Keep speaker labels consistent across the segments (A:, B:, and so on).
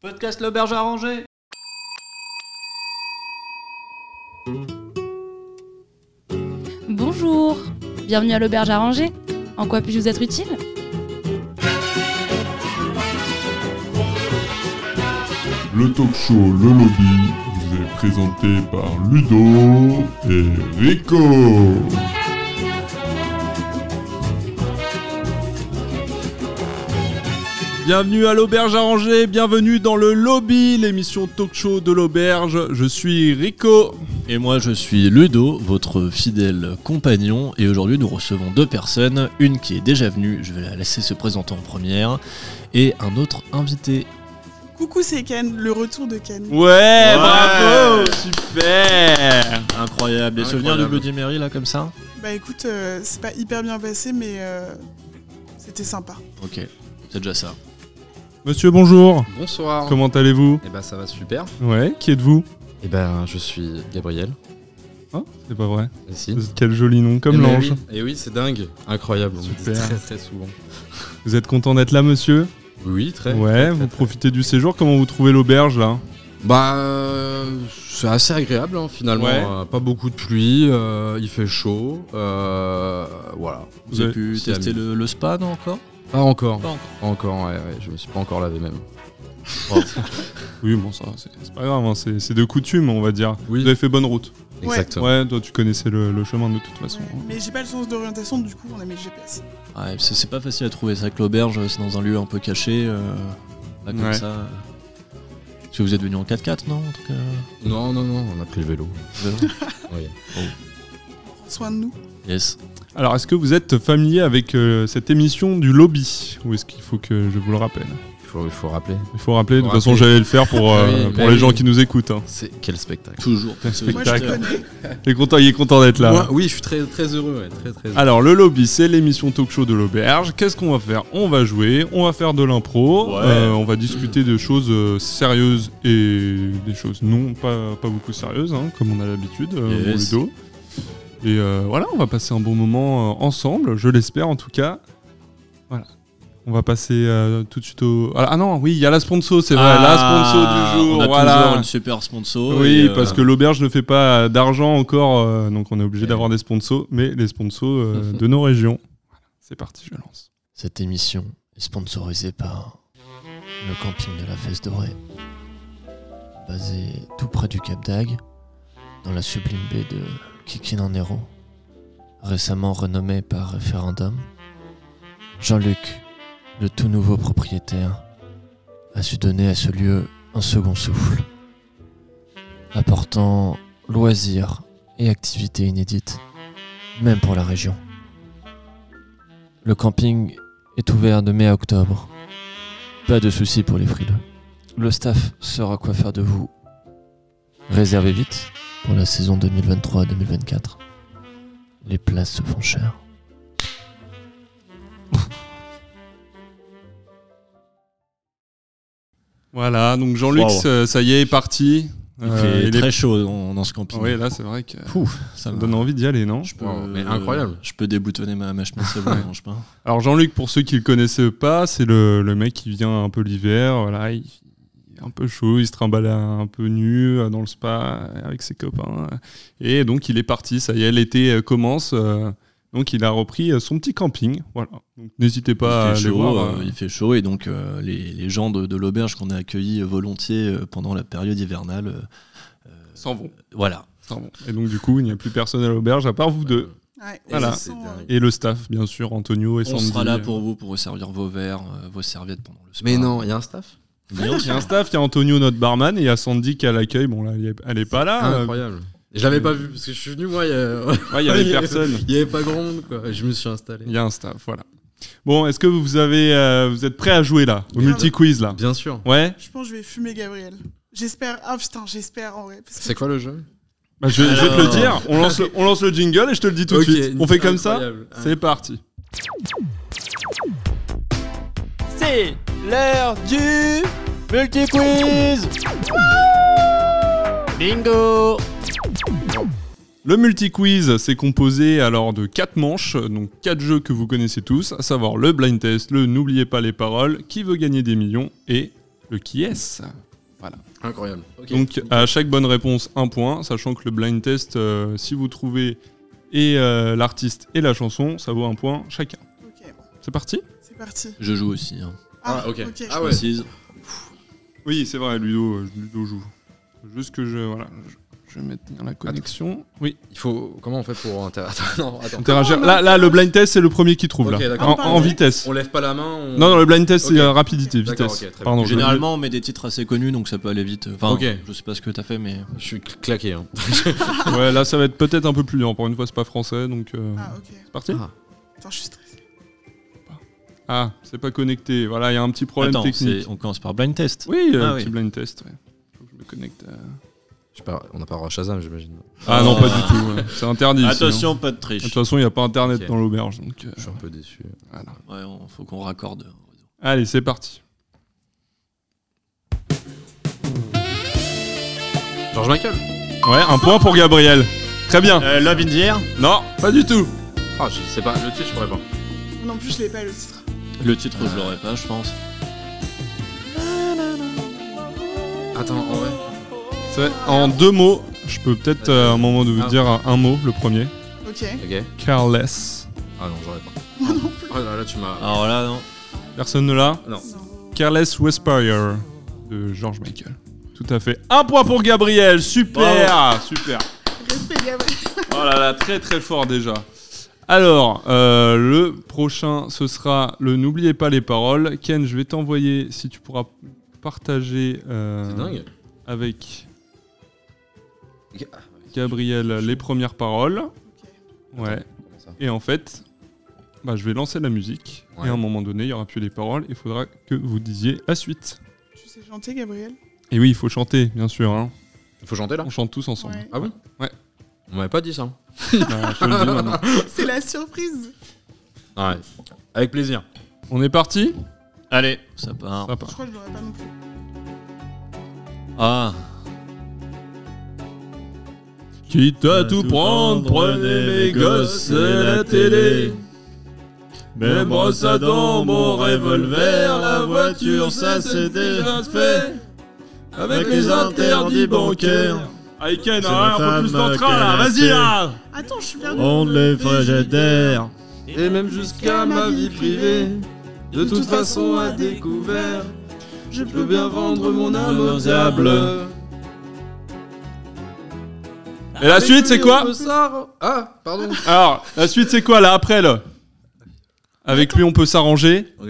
A: Podcast l'auberge arrangée.
B: Bonjour, bienvenue à l'auberge arrangée. En quoi puis-je vous être utile
C: Le talk show Le Lobby vous est présenté par Ludo et Rico.
D: Bienvenue à l'auberge arrangée, bienvenue dans le lobby, l'émission talk show de l'auberge. Je suis Rico.
E: Et moi je suis Ludo, votre fidèle compagnon, et aujourd'hui nous recevons deux personnes, une qui est déjà venue, je vais la laisser se présenter en première, et un autre invité.
F: Coucou, c'est Ken, le retour de Ken.
D: Ouais,
G: Eh,
D: bravo, super.
E: Incroyable, des souvenirs de
D: Incroyable.
E: Bloody Mary là comme ça
F: Bah écoute, euh, c'est pas hyper bien passé, mais euh, c'était sympa.
E: Ok, c'est déjà ça.
D: Monsieur, bonjour.
H: Bonsoir.
D: Comment allez-vous
H: Eh ben ça va super.
D: Ouais, qui êtes-vous
H: Eh ben je suis Gabriel.
D: C'est pas vrai.
H: Ici.
D: Vous êtes quel joli nom, comme l'ange.
H: Et Eh ben oui, c'est dingue. Incroyable. on me dit
D: Super.
H: Très très souvent.
D: Vous êtes content d'être là, monsieur
H: Oui, très.
D: Ouais, vous profitez du séjour. Comment vous trouvez l'auberge là
H: Bah euh, c'est assez agréable hein, finalement.
D: Ouais.
H: Euh, pas beaucoup de pluie, euh, il fait chaud. euh, voilà.
E: Vous avez
D: Ouais,
E: pu
H: c'est
E: tester le, le spa, non encore
H: Pas encore.
E: Pas encore.
H: Pas encore. Ouais, ouais, je me suis pas encore lavé même.
D: Oui, bon, ça, c'est c'est pas grave, hein, c'est c'est de coutume, on va dire.
H: Oui.
D: Vous avez fait bonne route.
F: Ouais.
H: Exactement.
D: Ouais, toi, tu connaissais le, le chemin de toute façon. hein.
F: Ouais, Mais j'ai pas le sens d'orientation, du coup on a mis le GPS.
E: Ouais, c'est c'est pas facile à trouver ça que l'auberge, c'est dans un lieu un peu caché, euh, là comme
D: Ouais.
E: ça. euh. Parce que vous êtes venu en 4x4, non en tout cas,
H: Non non non, on a pris le vélo.
E: vélo
H: Oui.
F: Prends soin de nous.
E: Yes.
D: Alors, est-ce que vous êtes familier avec euh, cette émission du lobby Ou est-ce qu'il faut que je vous le rappelle
H: Il faut il faut rappeler.
D: Il faut rappeler, de toute
H: Faut
D: façon,
H: rappeler.
D: j'allais le faire pour, euh,
H: Ah oui,
D: pour
H: bah
D: les
H: oui.
D: gens qui nous écoutent. hein.
H: C'est quel spectacle.
E: Toujours.
F: Moi je
D: Tac.
F: connais.
D: Il est content, il est content d'être là.
H: Moi, oui, je suis très très heureux. ouais, très très. Heureux.
D: Alors, le lobby, c'est l'émission talk show de l'auberge. Qu'est-ce qu'on va faire On va jouer, on va faire de l'impro,
E: Ouais.
D: euh, on va discuter de choses euh, sérieuses et des choses non pas, pas beaucoup sérieuses, hein, comme on a l'habitude, euh, au
E: Yes.
D: Ludo. Et euh, voilà, on va passer un bon moment euh, ensemble, je l'espère en tout cas. Voilà. On va passer euh, tout de suite au. Ah ah non, oui, il y a la sponsor, c'est vrai, la
E: Ah,
D: sponsor du jour.
E: On a
D: voilà.
E: toujours une super sponsor.
D: Oui,
E: et, euh,
D: parce que l'auberge ne fait pas d'argent encore, euh, donc on est obligé d'avoir des sponsors, mais les sponsors euh, de nos régions. Voilà, C'est parti, je lance.
E: Cette émission est sponsorisée par le camping de la Fesse Dorée, basé tout près du Cap d'Agde, dans la sublime baie de Kikinandero, récemment renommée par référendum. Jean-Luc, le tout nouveau propriétaire, a su donner à ce lieu un second souffle, apportant loisirs et activités inédites, même pour la région. Le camping est ouvert de mai à octobre. Pas de soucis pour les frileux. Le staff saura quoi faire de vous. Réservez vite pour la saison 2023-2024. Les places se font chères.
D: Voilà, donc Jean-Luc,
E: Wow.
D: euh, ça y est, est parti. Euh, il est-
E: chaud dans, ce camping.
D: Oui, là, c'est vrai que
E: Pouf, ça
D: ça
E: me
D: donne envie d'y aller, non
E: Je peux,
H: Wow, mais incroyable.
E: Euh, Je peux déboutonner ma, ma chemise, ça vous dérange pas.
D: Alors Jean-Luc, pour ceux qui le connaissaient pas, c'est le, le mec qui vient un peu l'hiver, voilà, il, il est un peu chaud, il se trimballe un peu nu euh, dans le spa euh, avec ses copains. euh, Et donc il est parti, ça y est, l'été euh, commence. euh, donc il a repris euh, son petit camping, voilà. Donc n'hésitez
E: il
D: pas à
E: fait
D: aller
E: chaud,
D: voir.
E: euh,
D: euh,
E: il fait chaud et donc euh, les, les gens de, de l'auberge qu'on a accueillis euh, volontiers euh, pendant la période hivernale, euh,
D: s'en vont.
E: voilà.
D: s'en vont. Et donc du coup, il n'y a plus personne à l'auberge à part vous
E: Euh,
D: deux
F: Ouais,
H: Et
D: Voilà.
H: ça, c'est
F: euh,
H: dingue.
D: et le staff, bien sûr, Antonio et
E: On
D: Sandy.
E: sera là pour vous pour vous servir vos verres, euh, vos serviettes pendant le spa.
H: Mais non, Ah. il y a un staff.
E: Bien
D: Il y a
E: sûr.
D: un staff, il y a Antonio, notre barman, et il y a Sandy qui est à l'accueil. Bon, là, elle est- elle est pas là. euh,
H: Incroyable. Je l'avais pas vu parce que je suis venu moi. Il y a...
D: ouais, il y avait personne.
H: Il y avait pas grand monde quoi. Je me suis installé.
D: Il y a un staff, voilà. Bon, est-ce que vous avez, euh, vous êtes prêts à jouer là, au
F: Bien.
D: multi quiz là
H: Bien sûr.
D: Ouais.
F: Je pense que je vais fumer Gabriel. J'espère. Ah putain, j'espère en vrai. Parce que
H: C'est quoi le jeu
D: Bah, je, vais- je vais te le
E: Alors.
D: dire. On lance, le, on lance le jingle et je te le dis tout de
H: Ok,
D: suite. On fait comme ça.
H: incroyable.
D: C'est parti.
A: C'est l'heure du multi quiz. Bingo.
D: Le multi-quiz, c'est composé alors de quatre manches, donc quatre jeux que vous connaissez tous, à savoir le blind test, le n'oubliez pas les paroles, qui veut gagner des millions et le qui est
H: Incroyable. Ok.
D: Donc à chaque bonne réponse, un point, sachant que le blind test, euh, si vous trouvez et euh, l'artiste et la chanson, ça vaut un point chacun.
F: Ok,
D: C'est parti
F: c'est parti.
E: Je joue aussi, hein.
H: Ah, ok.
F: Ah,
H: Ah ouais.
E: Précise.
D: Oui, c'est vrai, Ludo, euh, Ludo joue. Juste que je... Voilà, je, je vais maintenir la connexion. Oui,
H: Il faut. Comment on fait pour inter- Attends, Ah, non, attends.
D: interagir. Là, là, le blind test, c'est le premier qui trouve,
H: Ok,
D: là.
H: d'accord.
D: En,
F: Ah, on parle
D: en
F: direct
D: vitesse.
H: On lève pas la main. on-
D: Non, non, le blind test,
H: Ok.
D: c'est euh, rapidité,
H: D'accord,
D: vitesse.
H: ok, très bien.
D: Pardon, je-
E: Généralement, on met des titres assez connus, donc ça peut aller vite. Enfin,
H: Ok.
E: je sais pas ce que t'as fait, mais.
H: Je suis cl- claqué. Hein.
D: Ouais, là, ça va être peut-être un peu plus dur. Pour une fois, c'est pas français, donc... euh,
F: Ah, ok.
D: C'est parti
H: Ah.
F: Attends, je suis stressée.
D: Ah, c'est pas connecté. Voilà, il y a un petit problème
E: Attends,
D: technique.
E: c'est- on commence par blind test.
D: Oui, euh,
E: Ah oui.
D: petit blind test. ouais. Faut que je me connecte à-
H: Je sais pas, on n'a pas le droit à Shazam, j'imagine.
D: Ah,
E: Ah.
D: non, pas du tout. ouais. C'est interdit. ici, hein.
E: Attention, pas de
D: De toute
E: triche.
D: façon, il n'y a pas internet
H: Ok.
D: dans l'auberge. Donc, euh,
H: Je suis un peu déçu.
D: voilà.
E: Ouais, on- faut qu'on raccorde.
D: Allez, c'est parti.
H: George Michael
D: Ouais, un point pour Gabriel. Très bien.
E: Euh, Love in the Air.
D: Non, pas du tout.
H: Ah, je sais pas, le titre, je pourrais pas.
F: Non plus, je l'ai pas le titre.
E: Le titre, je l'aurais pas, je pense.
H: Attends, en vrai.
D: C'est- En deux mots, je peux peut-être euh, à un moment de vous
H: Ah.
D: dire euh, un mot, le premier.
F: Ok.
H: Ok.
D: Careless.
H: Ah non, j'aurais pas. Ah là, là, tu m'as.
E: Alors là, non.
D: Personne ne l'a
H: Non.
D: Careless Whisperer de George Michael. Tout à fait. Un point pour Gabriel. Super. Ah, Super.
F: Respect, Gabriel.
D: Oh là là, très très fort déjà. Alors, euh, le prochain, ce sera le N'oubliez pas les paroles. Ken, je vais t'envoyer si tu pourras partager euh,
H: C'est dingue.
D: avec
H: Ok.
D: Gabriel les premières paroles. Ouais.
H: Comment ça
D: Et en fait, bah, je vais lancer la musique.
H: Ouais.
D: Et à un moment donné, il n'y aura plus les paroles. Il faudra que vous disiez la suite.
F: Tu sais chanter, Gabriel
D: Et oui, il faut chanter, bien sûr. hein.
H: Faut chanter là
D: On chante tous ensemble.
F: Ouais.
H: Ah bon
D: Ouais.
H: On m'avait pas dit ça. hein.
D: Ouais, je te le dis maintenant.
F: C'est la surprise.
H: Ah Ouais. Avec plaisir.
D: On est parti
E: Allez, ça part.
D: Ça
F: Je
D: part.
F: crois que je l'aurais pas non plus.
E: Ah.
D: Quitte à
E: tout prendre, prenez mes gosses et la télé.
D: Mes brosses à dents, mon revolver, la voiture,
E: ça c'est déjà fait.
D: Avec les interdits bancaires. Allez Ken, hein, un peu plus d'entrain là, vas-y là
F: Attends, je suis perdue.
E: On les
F: d'air.
E: frigidaire.
H: Et même jusqu'à ma vie privée, de toute façon à découvert,
F: Je
H: je peux bien vendre mon âme au
E: diable.
H: diable.
D: Et la suite c'est quoi
H: Ah, pardon.
D: Alors, la suite c'est quoi là après là Avec lui on peut s'arranger
H: Ok.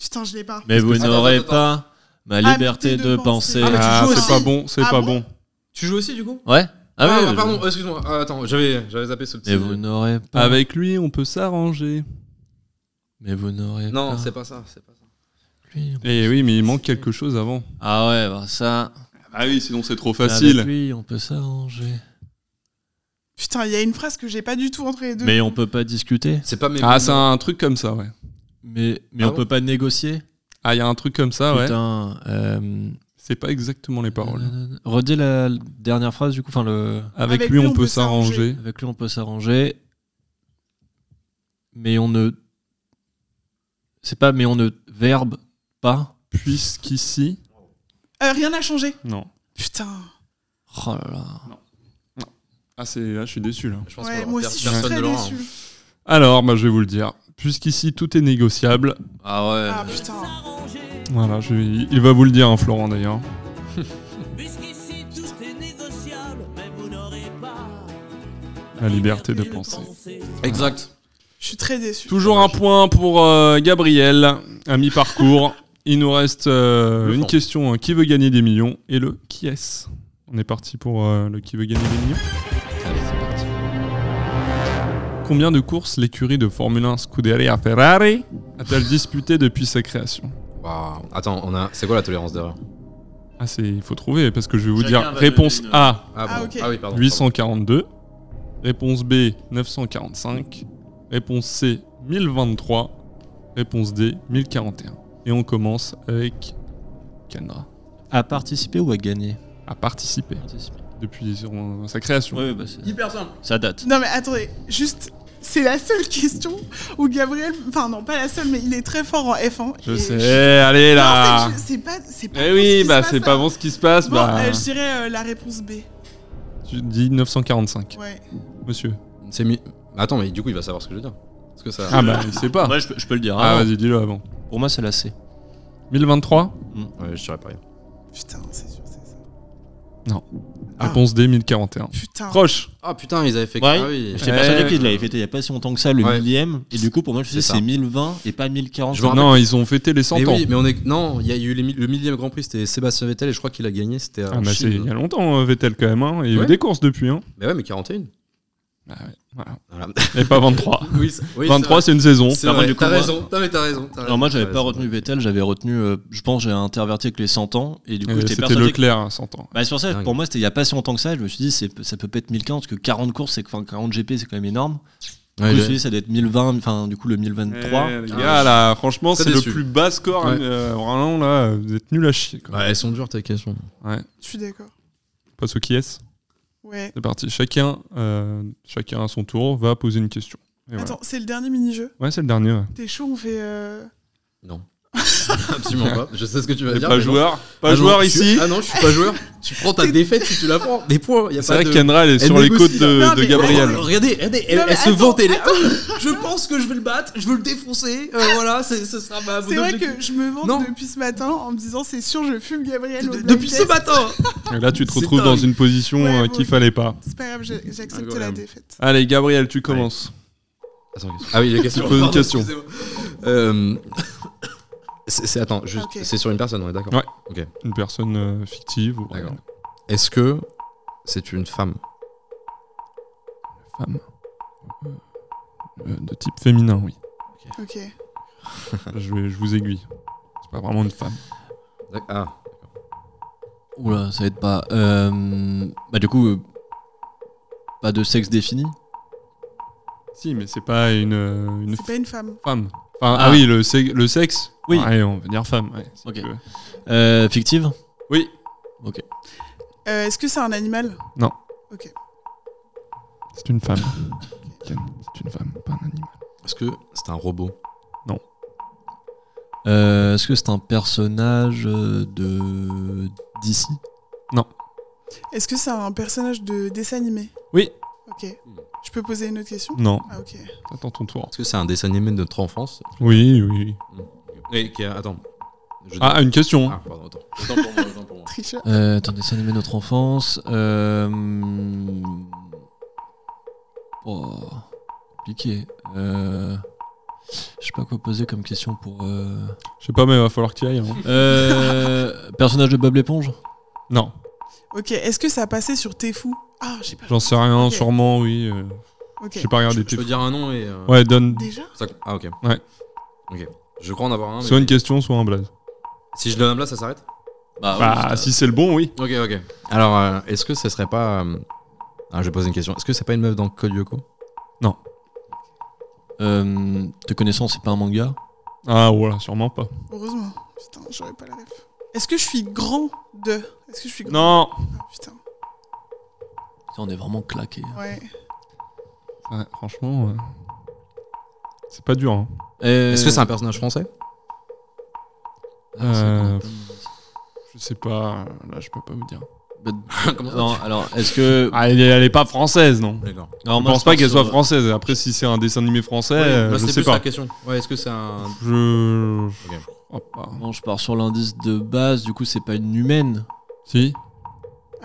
F: Putain, je l'ai pas.
E: Mais vous
H: Attends,
E: n'aurez
H: attends,
E: pas ma
F: Ah,
E: liberté de penser.
F: Ah, mais tu
D: Ah
F: joues
D: c'est
F: aussi
D: pas bon, c'est
F: Ah
D: pas
F: bon
D: bon
H: Tu joues aussi du coup
E: Ouais Ah oui, je-
H: pardon, excuse-moi. Ah, attends, j'avais j'avais zappé ce petit.
E: Ah, Mais vous n'aurez pas.
D: Avec lui on peut s'arranger
E: Mais vous n'aurez pas.
H: Non, c'est pas ça, c'est pas ça.
E: lui.
D: Et oui mais il manque quelque chose avant
E: Ah ouais, bah ça.
D: Ah oui sinon c'est trop
E: Avec lui, on peut s'arranger.
F: Putain, il y a une phrase que j'ai pas du tout entre les deux.
E: Mais on peut pas discuter.
H: C'est pas mes.
D: Ah c'est un truc comme ça ouais
E: Mais, mais
H: Ah
E: on
H: bon
E: peut pas négocier.
D: Ah il y a un truc comme ça ouais
E: Putain. euh,
D: C'est pas exactement les paroles
E: nanana. Redis la dernière phrase du coup. Enfin le.
D: Euh, Avec, lui, on, peut s'arranger.
E: Avec lui, on peut s'arranger. Mais on ne. C'est pas, mais on ne verbe pas.
D: Puisqu'ici.
F: Euh, rien n'a changé.
D: Non.
F: Putain.
E: Oh là là.
D: Ah, c'est là, je suis déçu là.
H: Je pense
F: Ouais,
H: qu'on
F: moi
H: va
F: aussi, je
H: faire
F: suis
H: personne hein.
F: très
H: de Laurent.
F: déçue.
D: Alors, bah, je vais vous le dire. Puisqu'ici, tout est négociable.
E: Ah ouais.
F: Ah putain.
D: Voilà, je vais- il va vous le dire, hein, Florent d'ailleurs.
I: Puisqu'ici tout est négociable, mais vous n'aurez pas
D: La liberté de penser.
H: Exact.
F: Je suis très déçue.
D: Toujours un point pour euh, Gabriel, à mi-parcours. il nous reste euh,
H: Le
D: une
H: fond.
D: question hein. qui veut gagner des millions et le qui est-ce On est parti pour euh, le qui veut gagner des millions.
H: Allez, c'est parti.
D: Combien de courses l'écurie de Formule 1 Scuderia Ferrari a-t-elle disputé depuis sa création
H: Waouh. Attends, on a. C'est quoi la tolérance d'erreur
D: Ah, c'est, il faut trouver parce que je vais vous
E: Chacun
D: dire.
E: va
D: Réponse
E: donner une-
D: A,
H: Ah,
F: Ah,
H: bon.
F: ok.
H: oui, pardon.
D: 842. Réponse B, 945. Réponse C, 1023. Réponse D, 1041. Et on commence avec Kendra.
E: À participer ou à gagner
D: À participer
E: Participer.
D: depuis son- sa création.
E: Ouais, bah c'est-
H: Hyper simple.
E: Ça date.
F: Non mais attendez, juste c'est la seule question où Gabriel, enfin non pas la seule, mais il est très fort en F1.
D: Je
F: Et
D: sais, allez
F: Non,
D: là
F: c'est que je- C'est pas, c'est pas.
D: Eh
F: bon ce
D: oui,
F: qui
D: bah
F: se
D: c'est
F: passe,
D: pas
F: là.
D: bon ce qui se passe,
F: Bon,
D: bah.
F: euh, je dirais euh, la réponse B.
D: Tu dis 945,
F: Ouais.
D: monsieur.
H: C'est mi- Attends, mais du coup, il va savoir ce que je veux dire. Parce que ça.
D: Ah bah, il sait pas.
J: Moi, je, peux- je peux le dire.
D: Ah,
J: hein.
D: vas-y, dis-le avant.
J: Pour moi, c'est la C.
D: 1023
H: Ouais, je dirais pareil.
F: Putain, c'est sûr, c'est ça.
D: Non.
F: Ah,
D: Réponse D, 1041.
F: Putain.
D: Proche
H: Ah putain, ils avaient fait.
J: Ouais.
H: Ah oui.
J: J'étais
D: Ouais.
J: persuadé qu'ils l'avaient fêté il n'y a pas si longtemps que ça, le
H: Ouais.
J: millième. Et du coup, pour moi, je me suis dit,
H: C'est
J: c'est
H: ça.
J: 1020 et pas 1040.
H: Je me rappelle-
D: Non, ils ont fêté les 100
H: Mais
D: ans.
H: oui, mais on est. Non, il y a eu les mi- le millième Grand Prix, c'était Sébastien Vettel et je crois qu'il a gagné. C'était.
D: Ah
H: en
D: bah, c'est
H: Chine.
D: il y a longtemps, euh, Vettel quand même. hein. Il y a eu
H: Ouais.
D: des courses depuis. Hein.
H: Mais ouais, mais 41.
D: Voilà.
H: Voilà.
D: Et pas 23.
H: oui, c'est- oui,
D: 23, Ah. c'est une saison.
H: C'est
J: Par contre,
H: vrai,
J: du coup,
H: t'as
J: moi-
H: raison. Non, mais t'as raison. t'as
J: Alors moi
H: raison,
J: j'avais
H: t'as
J: pas
H: raison.
J: retenu Vettel, j'avais retenu, euh, je pense j'ai interverti avec les 100 ans et du coup
D: Euh,
J: j'étais
D: C'était
J: persuadé. que-
D: Leclerc à 100 ans.
J: Bah, c'est pour ça,
H: Dingue.
J: pour moi c'était il y a pas si longtemps que ça, je me suis dit c'est- ça peut pas être 1015 parce que 40 courses, c'est enfin, 40 GP c'est quand même énorme.
H: Ouais,
J: du coup, je me
H: j'ai-
J: suis dit ça doit être 1020, enfin du coup le 1023.
D: Eh, les
H: Ah,
D: gars, là, franchement,
H: très
D: c'est le
H: déçu.
D: plus bas score.
H: Ouais.
D: euh, vraiment, là, vous êtes nuls à chier. Quoi.
H: Ouais, elles sont dures tes questions.
F: Je suis d'accord.
D: Passe au qui est
F: Ouais.
D: C'est parti. Chacun, euh, chacun à son tour va poser une question. Et voilà.
F: Attends, c'est le dernier mini-jeu.
D: Ouais, c'est le dernier. ouais.
F: T'es chaud, on fait. euh,
H: Non. Absolument pas. Je sais ce que tu vas
D: Et
H: dire.
D: Pas
H: mais non.
D: joueur. Pas
H: Ah non,
D: joueur
H: je suis-
D: ici.
H: Ah non, je suis pas joueur. Tu prends ta défaite si tu la prends. Des points. y a
D: C'est
H: pas
D: vrai
H: de-
D: qu'Andra, elle est
H: Elle
D: sur les
H: négocie,
D: côtes
H: là.
D: de,
F: Non,
D: de
F: mais-
D: Gabriel.
H: Regardez, regardez, elle,
F: Non, mais
H: elle se
F: attends,
H: vante, elle est- Ah, Je pense que je vais le battre, je veux le défoncer, euh, voilà, c'est- ce sera ma mon
F: C'est vrai
H: objectif.
F: que je me vante
H: Non.
F: depuis ce matin en me disant c'est sûr, je fume Gabriel au
H: De-
F: blind
H: Depuis ce
F: test.
H: matin
D: Et là, tu te
H: C'est
D: retrouves dans
H: dingue.
D: une position
F: Ouais,
D: euh,
F: ouais.
D: qu'il fallait pas.
F: C'est pas grave, j'ai- j'accepte la
H: Incroyable.
F: défaite.
D: Allez, Gabriel, tu commences.
H: Ah oui, les questions.
D: Tu poses une
H: Pardon,
D: question.
H: excusez-moi. Euh, c'est c'est- attends, juste,
F: Ok.
H: c'est sur une personne, on est d'accord
D: Ouais. Une personne euh, fictive. ou-
H: D'accord. Est-ce que c'est une femme
D: Femme. Euh, de type féminin, oui.
F: Ok.
D: Je, vais- je vous aiguille. C'est pas vraiment une femme.
H: D'ac- Ah,
E: Oula, ça aide pas. Euh, bah du coup, euh, pas de sexe défini.
D: Si, mais c'est pas une, euh, une
F: C'est pas une femme.
D: femme. Enfin, ah.
E: Ah.
D: oui, le, se- le sexe
E: Oui.
D: Ouais, on va dire femme. ouais, si
E: Ok.
D: tu veux.
E: Euh, fictive.
D: Oui,
F: Euh, Est-ce que c'est un animal
D: c'est une femme. Ken, c'est une femme, pas un animal.
H: est-ce que c'est un robot
E: Euh, Est-ce que c'est un personnage euh, de d'ici
F: Est-ce que c'est un personnage de dessin animé
D: Oui.
F: Ok. Je peux poser une autre question
D: Non,
F: Ah, ok.
D: attends ton tour.
H: Est-ce que c'est un dessin animé de notre enfance
D: Oui, oui.
H: Et qui a- Attends. Je-
D: Ah, une question.
H: Ah, pardon, attends. Autant pour moi, autant pour moi.
F: Tricheur.
E: euh, Attendez, c'est animé notre enfance. Euh... Oh, compliqué. Euh... Je sais pas quoi poser comme question pour. Euh...
D: Je sais pas, mais il va falloir que tu ailles. hein.
E: Euh, personnage de Bob l'éponge.
D: Non,
F: Ok, est-ce que ça a passé sur T'es fou Ah, je sais pas.
D: j'en sais rien,
F: Ok.
D: sûrement, oui. euh,
F: Ok.
D: J'ai pas regardé
H: Je,
D: tes
H: je peux dire un nom et. euh,
D: Ouais, donne
F: Déjà
H: ça- Ah, ok.
D: Ouais.
H: Ok. Je crois en avoir un. mais-
D: soit une question, soit un blaze.
H: Si je donne un blaze, ça s'arrête
E: Bah,
D: Bah, si c'est le bon, oui.
H: Ok, ok. Alors, euh, est-ce que ce serait pas. euh, Ah, je vais poser une question. Est-ce que c'est pas une meuf dans Code Lyoko
E: Euh, te connaissant, c'est pas un manga.
D: Ah, voilà, sûrement pas.
F: Heureusement. Putain, j'aurais pas la ref. Est-ce que je suis grand de Est-ce que je suis grand
D: Non
F: Ah, Putain.
E: Ça, on est vraiment claqué.
F: Ouais.
D: Ouais, Franchement, ouais. c'est pas dur. hein.
E: Euh,
H: Est-ce que c'est un personnage français
E: ah, c'est
D: Euh,
E: encore un peu
D: Je sais pas, euh, là, je peux pas vous dire.
E: mauvais. Bah, Non, alors, est-ce que.
D: Ah, elle est, elle est pas française, non
H: D'accord.
E: Alors,
D: Je
E: moi,
D: pense pas qu'elle
E: sur-
D: soit française. Après, si c'est un dessin animé français, euh, je
H: c'est
D: sais
H: plus
D: pas.
H: la question. Ouais, est-ce que c'est un.
D: Je.
H: Ok.
D: Oh, pas.
E: Non, je pars sur l'indice de base, du coup, c'est pas une humaine.
D: Si
F: Ah.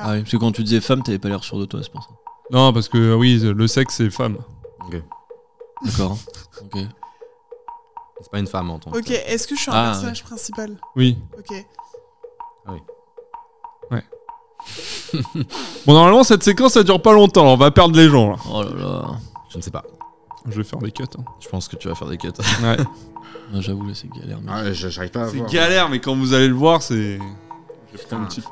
E: Ah, oui, parce que quand tu disais femme, t'avais pas l'air sûr de toi, c'est pour ça.
D: Non, parce que euh, oui, le sexe, c'est femme.
E: D'accord. hein. ok.
H: C'est pas une femme hein, en tant que.
F: Ok, est-ce que je suis un
E: Ah,
F: personnage principal
D: Oui.
F: Ok.
D: Bon, normalement, cette séquence, ça dure pas longtemps. là, On va perdre les gens, là.
E: Oh là là.
H: Je ne sais pas.
D: Je vais faire des cuts. hein.
H: Je pense que tu vas faire des quêtes.
D: Ouais.
E: Ah, J'avoue, là, c'est galère. mais-
H: Ah, j'arrive pas
D: c'est galère, mais quand vous allez le voir, c'est.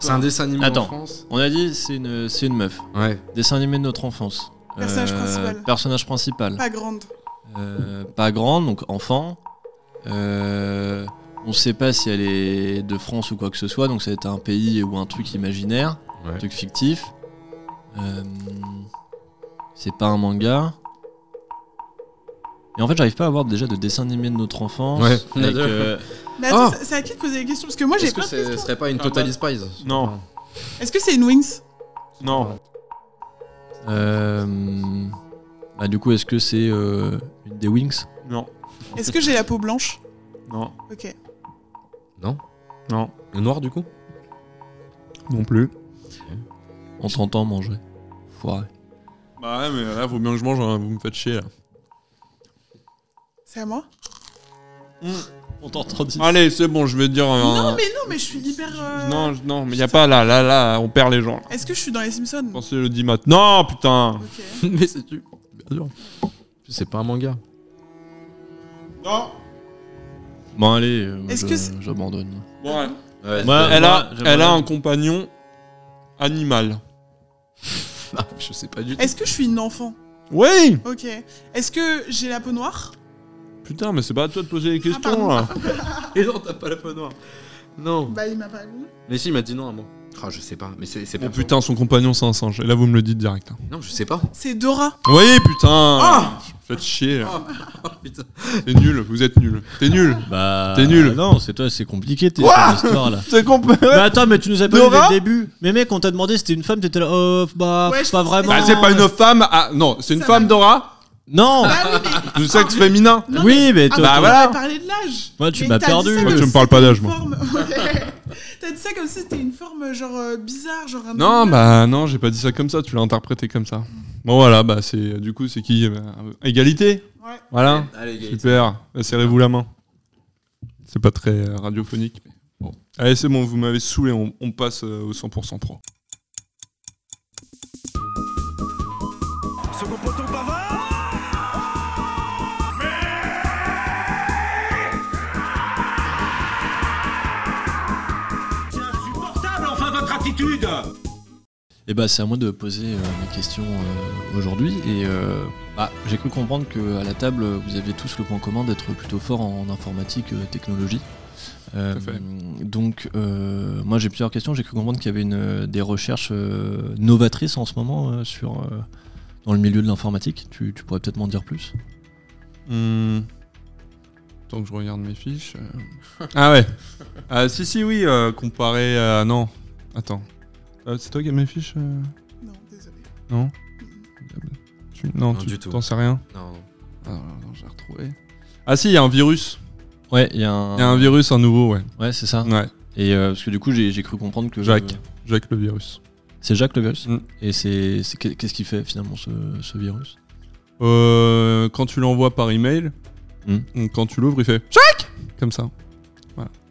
H: C'est un dessin animé
E: Attends.
H: en France
E: On a dit, c'est une, c'est une meuf.
H: Ouais.
E: Dessin animé de notre enfance. Euh,
F: Personnage principal.
E: Personnage principal.
F: Pas grande.
E: Euh, pas grande, donc enfant. Euh, on sait pas si elle est de France ou quoi que ce soit, donc ça va être un pays ou un truc imaginaire,
H: Ouais.
E: un truc fictif. Euh, c'est pas un manga. Et en fait, j'arrive pas à avoir déjà de dessin animé de notre enfance.
H: Ouais.
E: avec, euh,
F: Mais attends,
H: Ah
F: c'est- c'est à qui de poser les questions Parce que moi j'ai
H: Est-ce que
F: plein de
H: ce
F: questions.
H: serait pas une
K: Ah,
H: Total
K: bah.
H: Spies
K: Non,
F: Est-ce que c'est une Wings
K: non.
E: euh, bah, du coup, est-ce que c'est euh, une des Wings
K: Non,
F: Est-ce que j'ai la peau blanche
K: non,
F: Ok.
H: Non
K: non.
H: Le noir du coup
D: Non plus.
E: On t'entend manger. Foiré.
D: Bah ouais, mais là, vaut bien que je mange, hein, vous me faites chier là.
F: C'est à moi
E: On t'entend dire.
D: Allez, c'est bon, je vais dire un.
F: Non, mais non, mais je suis hyper. euh,
D: Non, je- non, mais y a pas là, là, là, on perd les gens.
F: Est-ce que je suis dans les Simpsons
D: Pensez le 10 mat. Non, putain
F: Ok.
H: Mais c'est tu. Bien sûr. C'est pas un manga.
D: Non
E: Bon, allez, euh,
F: Est-ce
E: je-
F: que c'est-
E: j'abandonne.
D: Bon, ouais.
H: Ouais,
D: elle, a, elle a un compagnon animal.
H: Ah, je sais pas du tout.
F: Est-ce que je suis une enfant
D: Oui
F: Ok. Est-ce que j'ai la peau noire
D: Putain, mais c'est pas à toi de poser les questions
F: pardon.
D: là.
H: Et non, t'as pas la peau noire. Non.
F: Bah, il m'a pas répondu.
H: Mais si, il m'a dit non à moi. Ah, je sais pas. Mais c'est c'est
D: Bon,
H: pas.
D: Oh, putain, son compagnon c'est un singe. Et là, vous me le dites direct. hein.
H: Non, je sais pas.
F: C'est Dora.
D: Oui, putain
H: Ah
D: Vous Faites chier. là.
H: putain.
D: T'es nul, vous êtes nul. T'es nul.
L: Bah.
D: T'es nul.
L: Non, c'est toi, c'est compliqué tes ton histoire là.
D: C'est
L: Mais attends, mais tu nous as pas dit
D: Dora
L: dès le début. Mais mec, on t'a demandé si c'était une femme, t'étais là, oh, bah,
F: Ouais, je
L: pas
F: pense que
L: vraiment.
D: Bah, c'est pas une femme. Ah, non, c'est une
F: Ça
D: femme, Dora,
L: Non
F: Ah oui, mais.
D: du sexe féminin.
F: Non, Ah,
L: Oui, mais toi.
D: bah,
L: toi-
F: on
D: voilà.
F: a parlé de l'âge.
L: Moi, tu
F: Mais
L: m'as
F: t'as dit
L: perdu.
F: ça
D: Moi,
F: comme
D: tu me
F: si
D: parles pas
F: c'était
D: d'âge,
F: une
D: moi.
F: forme- Ouais. T'as dit ça comme si c'était une forme genre euh, bizarre, genre un.
D: Non,
F: animal.
D: bah non, j'ai pas dit ça comme ça, tu l'as interprété comme ça. Bon voilà, bah c'est du coup c'est qui Bah, euh, Égalité
F: Ouais.
D: Voilà.
H: Allez,
D: Super. Bah, Serrez-vous la main. C'est pas très euh, radiophonique. mais Bon. Allez, c'est bon, vous m'avez saoulé, on, on passe euh, au 100% pro.
M: Second poteau bavard C'est insupportable enfin votre attitude
E: Et bah, c'est à moi de poser euh, mes questions euh, aujourd'hui. Et euh, bah, j'ai cru comprendre que à la table, vous avez tous le point commun d'être plutôt fort en, informatique, euh, technologie. Euh,
D: Tout à fait.
E: donc, euh, moi, j'ai plusieurs questions. J'ai cru comprendre qu'il y avait une, euh, des recherches euh, novatrices en ce moment euh, sur euh, dans le milieu de l'informatique. Tu, tu pourrais peut-être m'en dire plus.
D: Hmm. Tant que je regarde mes fiches. euh. Ah ouais. Ah, si si oui, euh, comparé à non. Attends. Euh, c'est toi qui as mes fiches euh
F: Non, désolé.
D: Non. Tu-
H: Non,
D: Non, tu
H: du tout.
D: t'en sais rien.
H: Non, non.
D: Ah, non, j'ai retrouvé. Ah si, il y a un virus.
E: Ouais, il y a un.
D: Il y a un virus, un nouveau, ouais.
E: Ouais, c'est ça.
D: Ouais,
E: Et euh, parce que du coup, j'ai j'ai cru comprendre que. Euh,
D: Jacques. Jacques le virus.
E: C'est Jacques le virus.
D: Mm.
E: Et c'est c'est- qu'est-ce qu'il fait finalement ce, ce virus
D: Euh, quand tu l'envoies par email, donc quand tu l'ouvres, il fait Jacques Comme ça.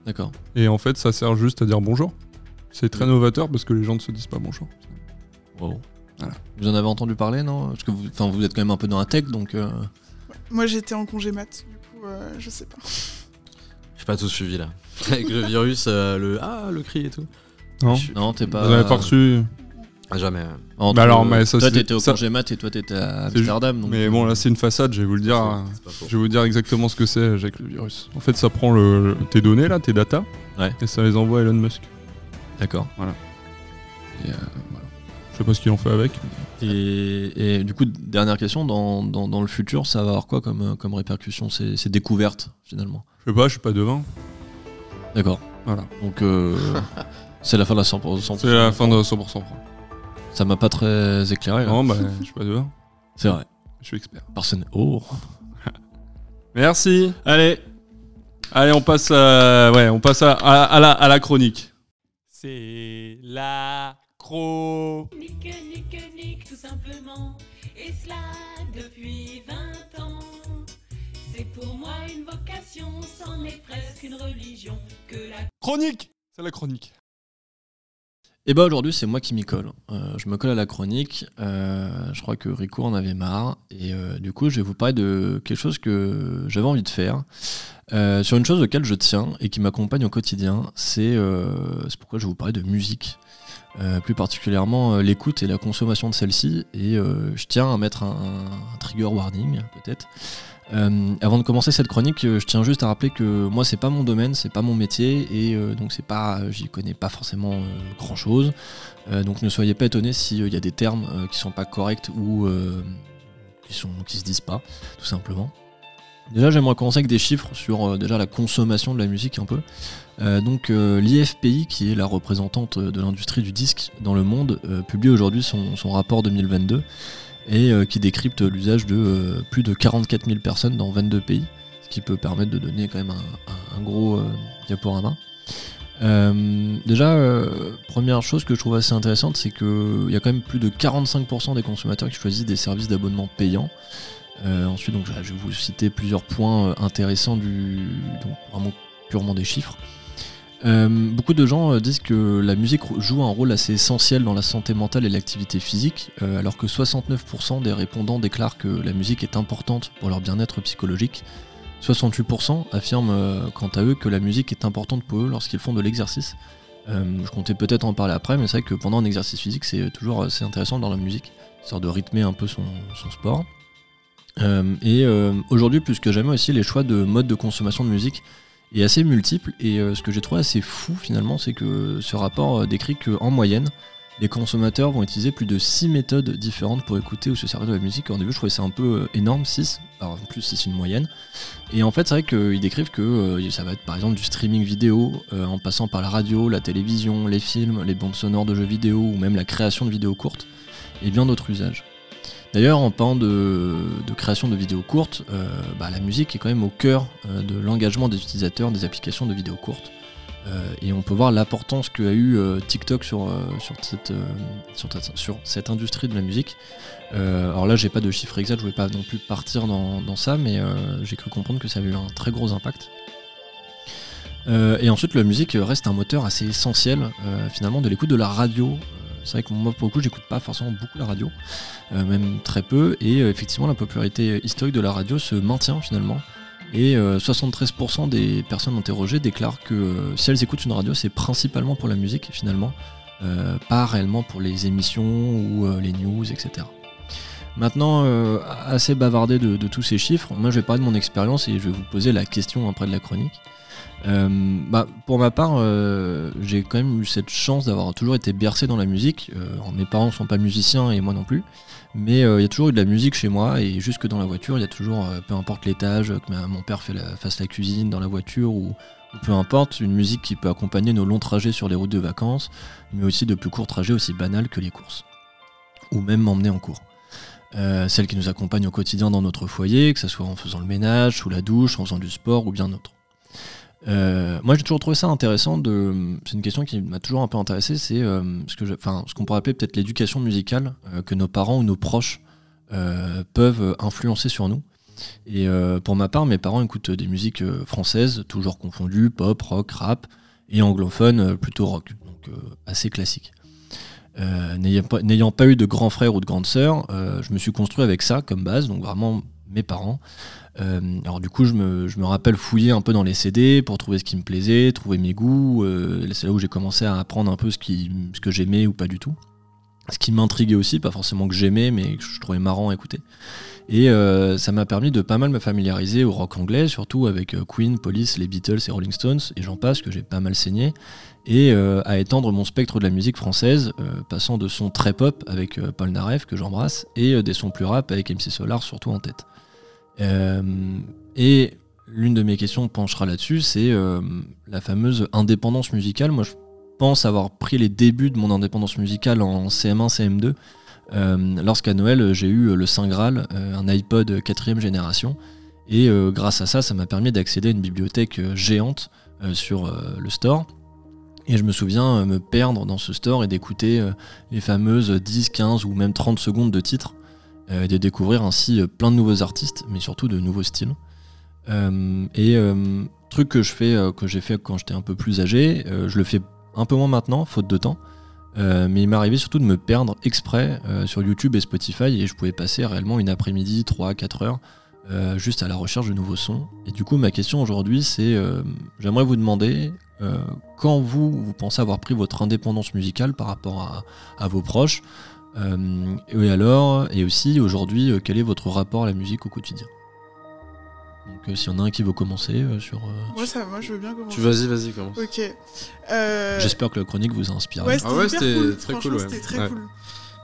E: D'accord.
D: Et en fait, ça sert juste à dire bonjour. C'est très novateur parce que les gens ne se disent pas bonjour.
E: Wow.
D: Voilà.
E: Vous en avez entendu parler, non Parce que vous, enfin, vous êtes quand même un peu dans la tech, donc. euh,
F: Ouais. Moi j'étais en congé mat, du coup euh, je sais pas.
H: J'ai pas tout suivi là. Avec le virus, euh, le. Ah, le cri et tout.
D: Non
H: Je suis-
E: Non, Bah, t'es
D: Vous
E: pas.
D: n'avez pas reçu.
H: Ah, Jamais. euh.
E: Entre-
D: Bah alors, mais ça,
E: toi,
D: c'est-
E: t'étais au
D: ça-
E: congé mat et toi, t'étais à
D: C'est juste-
E: Amsterdam. donc-
D: Mais bon, là, c'est une façade, je vais vous le dire. euh,
H: C'est pas faux.
D: Je vais vous dire exactement ce que c'est, Jacques le virus. En fait, ça prend le, le- tes données, là, tes data,
E: Ouais.
D: et ça les envoie à Elon Musk.
E: D'accord.
D: Je sais pas ce qu'il en fait avec.
E: Et, et du coup, dernière question dans, dans, dans le futur, ça va avoir quoi comme, euh, comme répercussion ces, ces découvertes, finalement
D: Je sais pas, je suis pas devin.
E: D'accord.
D: Voilà.
E: Donc, euh, c'est la fin de la 100%.
D: C'est la fin de 100%.
E: Ça m'a pas très éclairé. là.
D: Non, bah, je suis pas devin.
E: C'est vrai.
D: Je suis expert.
E: Personne. Oh
D: Merci.
L: Allez,
D: Allez, on passe, euh, ouais, on passe à, à- à la, à la chronique.
N: C'est la cro.
O: Nique, nique, nique, tout simplement. Et cela depuis 20 ans. C'est pour moi une vocation, c'en est presque une religion. Que la
D: Chronique C'est la chronique.
E: Et bah aujourd'hui c'est moi qui m'y colle. Euh, je me colle à la chronique. Euh, je crois que Rico en avait marre. Et euh, du coup je vais vous parler de quelque chose que j'avais envie de faire. Euh, sur une chose auquel je tiens et qui m'accompagne au quotidien. C'est euh, c'est pourquoi je vais vous parler de musique. Euh, plus particulièrement euh, l'écoute et la consommation de celle-ci. Et euh, je tiens à mettre un, un trigger warning peut-être. Euh, avant de commencer cette chronique, euh, je tiens juste à rappeler que moi c'est pas mon domaine, c'est pas mon métier et euh, donc c'est pas, euh, j'y connais pas forcément grand chose. donc ne soyez pas étonnés s'il y a des euh, termes euh, qui sont pas corrects ou euh, qui sont qui se disent pas, tout simplement. Déjà, j'aimerais commencer avec des chiffres sur euh, déjà la consommation de la musique un peu. Euh, donc, euh, l'IFPI, qui est la représentante euh, de l'industrie du disque dans le monde, euh, publie aujourd'hui son, son rapport 2022 et euh, qui décrypte l'usage de euh, plus de 44 000 personnes dans 22 pays, ce qui peut permettre de donner quand même un, un- un gros euh, diaporama. Euh, déjà, euh, première chose que je trouve assez intéressante, c'est qu'il y a quand même plus de 45% des consommateurs qui choisissent des services d'abonnement payants. Euh, ensuite, donc, je vais vous citer plusieurs points euh, intéressants, du, donc, vraiment purement des chiffres. Euh, beaucoup de gens euh, disent que la musique joue un rôle assez essentiel dans la santé mentale et l'activité physique, euh, alors que 69% des répondants déclarent que la musique est importante pour leur bien-être psychologique. 68% affirment euh, quant à eux que la musique est importante pour eux lorsqu'ils font de l'exercice. Euh, je comptais peut-être en parler après, mais c'est vrai que pendant un exercice physique, c'est euh, toujours assez intéressant dans la musique, histoire de rythmer un peu son, son sport. Euh, et euh, aujourd'hui, plus que jamais aussi, les choix de mode de consommation de musique est assez multiple. Et euh, ce que j'ai trouvé assez fou finalement, c'est que ce rapport euh, décrit qu'en moyenne, les consommateurs vont utiliser plus de 6 méthodes différentes pour écouter ou se servir de la musique. Au début, je trouvais ça un peu euh, énorme, 6. Alors, en plus, c'est une moyenne. Et en fait, c'est vrai qu'ils décrivent que euh, ça va être par exemple du streaming vidéo, euh, en passant par la radio, la télévision, les films, les bandes sonores de jeux vidéo ou même la création de vidéos courtes et bien d'autres usages. D'ailleurs, en parlant de, de création de vidéos courtes, euh, bah, la musique est quand même au cœur euh, de l'engagement des utilisateurs des applications de vidéos courtes. Euh, et on peut voir l'importance qu'a eu euh, TikTok sur, euh, sur, cette, euh, sur, cette- sur cette industrie de la musique. Euh, alors là, j'ai pas de chiffres exacts, je voulais pas non plus partir dans, dans ça, mais euh, j'ai cru comprendre que ça avait eu un très gros impact. Euh, et ensuite, la musique euh, reste un moteur assez essentiel euh, finalement de l'écoute de la radio. Euh, C'est vrai que moi, pour le coup, j'écoute pas forcément beaucoup la radio, euh, même très peu. Et euh, effectivement, la popularité historique de la radio se maintient finalement. Et euh, 73% des personnes interrogées déclarent que euh, si elles écoutent une radio, c'est principalement pour la musique finalement, euh, pas réellement pour les émissions ou euh, les news, etc. Maintenant, euh, assez bavardé de, de tous ces chiffres, moi je vais parler de mon expérience et je vais vous poser la question après de la chronique. Euh, bah, pour ma part, euh, j'ai quand même eu cette chance d'avoir toujours été bercé dans la musique. Euh, alors, mes parents ne sont pas musiciens et moi non plus, mais euh, il y a toujours eu de la musique chez moi et jusque dans la voiture, il y a toujours, euh, peu importe l'étage, que ma- mon père fait la- fasse la cuisine dans la voiture ou, ou peu importe, une musique qui peut accompagner nos longs trajets sur les routes de vacances, mais aussi de plus courts trajets aussi banals que les courses ou même m'emmener en cours. Euh, celle qui nous accompagne au quotidien dans notre foyer, que ce soit en faisant le ménage, sous la douche, en faisant du sport ou bien autre. Euh, moi j'ai toujours trouvé ça intéressant de c'est une question qui m'a toujours un peu intéressé c'est euh, ce que je- enfin ce qu'on pourrait appeler peut-être l'éducation musicale euh, que nos parents ou nos proches euh, peuvent influencer sur nous et euh, pour ma part mes parents écoutent des musiques euh, françaises toujours confondues pop rock rap et anglophone euh, plutôt rock donc euh, assez classique euh, n'ayant pas, n'ayant pas eu de grands frères ou de grandes sœurs, euh, je me suis construit avec ça comme base, donc vraiment mes parents. Euh, alors du coup, je me, je me rappelle fouiller un peu dans les CD pour trouver ce qui me plaisait, trouver mes goûts. euh, c'est là où j'ai commencé à apprendre un peu ce, qui, ce que j'aimais ou pas du tout. Ce qui m'intriguait aussi, pas forcément que j'aimais, mais que je trouvais marrant à écouter. Et euh, ça m'a permis de pas mal me familiariser au rock anglais, surtout avec euh, Queen, Police, les Beatles et Rolling Stones, et j'en passe, que j'ai pas mal saigné, et euh, à étendre mon spectre de la musique française, euh, passant de sons très pop avec euh, Paul Naref, que j'embrasse, et euh, des sons plus rap avec MC Solar, surtout en tête. Euh, et l'une de mes questions penchera là-dessus, c'est euh, la fameuse indépendance musicale. Moi, je pense avoir pris les débuts de mon indépendance musicale en CM1, CM2, euh, lorsqu'à Noël, euh, j'ai eu euh, le Saint Graal, euh, un iPod 4 génération. Et euh, grâce à ça, ça m'a permis d'accéder à une bibliothèque euh, géante euh, sur euh, le store. Et je me souviens euh, me perdre dans ce store et d'écouter euh, les fameuses 10, 15 ou même 30 secondes de titres, euh, et de découvrir ainsi euh, plein de nouveaux artistes, mais surtout de nouveaux styles. Euh, et euh, truc que je fais, euh, que j'ai fait quand j'étais un peu plus âgé, euh, je le fais un peu moins maintenant, faute de temps. Euh, mais il m'est arrivé surtout de me perdre exprès euh, sur YouTube et Spotify et je pouvais passer réellement une après-midi, 3 à 4 heures, euh, juste à la recherche de nouveaux sons. Et du coup, ma question aujourd'hui, c'est euh, j'aimerais vous demander euh, quand vous, vous pensez avoir pris votre indépendance musicale par rapport à, à vos proches euh, et alors, et aussi aujourd'hui, euh, quel est votre rapport à la musique au quotidien Donc, euh, s'il y en a un qui veut commencer euh, sur. euh,
F: Moi, ça, moi, je veux bien commencer.
H: Tu- vas-y, vas-y, commence.
F: Ok. Euh,
E: J'espère que la chronique vous a inspiré.
F: Ouais, c'était
H: Ah ouais,
F: hyper
H: c'était
F: cool.
H: très cool,
F: Franchement,
H: ouais.
F: C'était très
H: Ouais.
F: cool.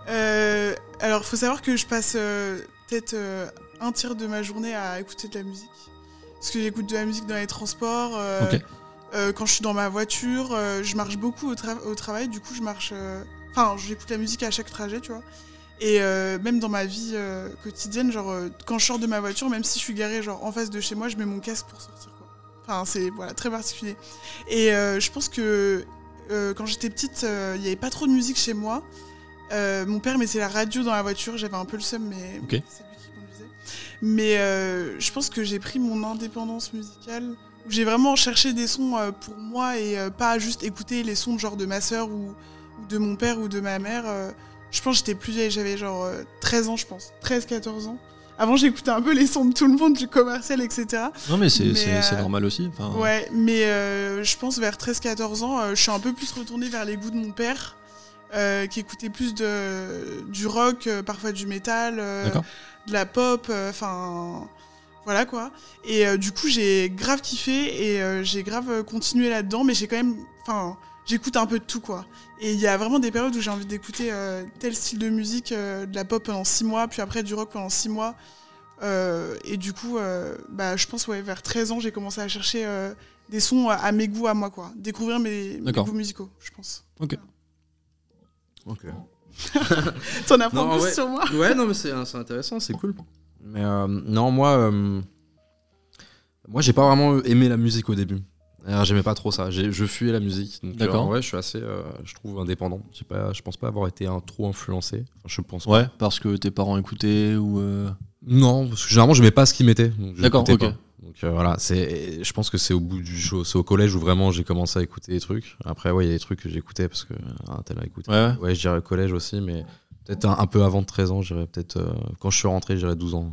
F: Euh, alors, faut savoir que je passe euh, peut-être euh, un tiers de ma journée à écouter de la musique. Parce que j'écoute de la musique dans les transports. euh,
H: Ok.
F: euh, quand je suis dans ma voiture, euh, je marche beaucoup au, tra- au travail. Du coup, je marche. euh, Enfin, j'écoute la musique à chaque trajet, tu vois. Et euh, même dans ma vie euh, quotidienne, genre euh, quand je sors de ma voiture, même si je suis garée genre en face de chez moi, je mets mon casque pour sortir. Quoi. Enfin, c'est voilà très particulier. Et euh, je pense que euh, quand j'étais petite, euh, il n'y avait pas trop de musique chez moi. Euh, mon père mettait la radio dans la voiture, j'avais un peu le seum, mais
H: Ok.
F: c'est lui qui conduisait. Mais euh, je pense que j'ai pris mon indépendance musicale, où j'ai vraiment cherché des sons euh, pour moi et euh, pas juste écouter les sons genre de ma sœur ou, ou de mon père ou de ma mère. euh, je pense que j'étais plus vieille, j'avais genre euh, 13 ans, je pense, 13-14 ans. Avant, j'écoutais un peu les sons de tout le monde, du commercial, etc.
E: Non, mais c'est- c'est- c'est
F: euh,
E: normal aussi, enfin.
F: Ouais, mais euh, je pense vers 13-14 ans, euh, je suis un peu plus retournée vers les goûts de mon père, euh, qui écoutait plus de, du rock, euh, parfois du métal, euh,
E: D'accord.
F: de la pop, euh, enfin. voilà quoi. Et euh, du coup, j'ai grave kiffé et euh, j'ai grave euh, continué là-dedans, mais j'ai quand même. Enfin, j'écoute un peu de tout quoi. Et il y a vraiment des périodes où j'ai envie d'écouter euh, tel style de musique, euh, de la pop pendant 6 mois, puis après du rock pendant 6 mois. Euh, et du coup, euh, bah, je pense ouais, vers 13 ans, j'ai commencé à chercher euh, des sons à, à mes goûts, à moi quoi. Découvrir mes, mes
E: D'accord.
F: goûts musicaux, je pense.
E: Ok.
H: Ok.
F: T'en apprends
E: Non,
F: plus
E: ouais.
F: sur moi.
E: Ouais, non, mais c'est c'est intéressant, c'est cool.
H: Mais euh, non, moi, euh, moi, j'ai pas vraiment aimé la musique au début. Alors, J'aimais pas trop ça. J'ai- Je fuyais la musique. Donc,
E: D'accord.
H: euh, en vrai, je suis assez, euh, je trouve indépendant. J'ai pas, je pense pas avoir été un trop influencé. Enfin, je pense.
E: Ouais, parce que tes parents écoutaient ou. euh,
H: Non, parce que généralement, je mets pas ce qu'ils mettaient. donc je
E: D'accord,
H: l'écoutais
E: ok.
H: pas. Donc euh, voilà, c'est, je pense que c'est au bout du show, c'est au collège où vraiment j'ai commencé à écouter des trucs. Après, ouais, il y a des trucs que j'écoutais parce que ah, un tel a écouté.
E: Ouais,
H: je dirais au collège aussi, mais peut-être un, un peu avant de 13 ans, j'irais peut-être euh, quand je suis rentré, j'irais 12 ans.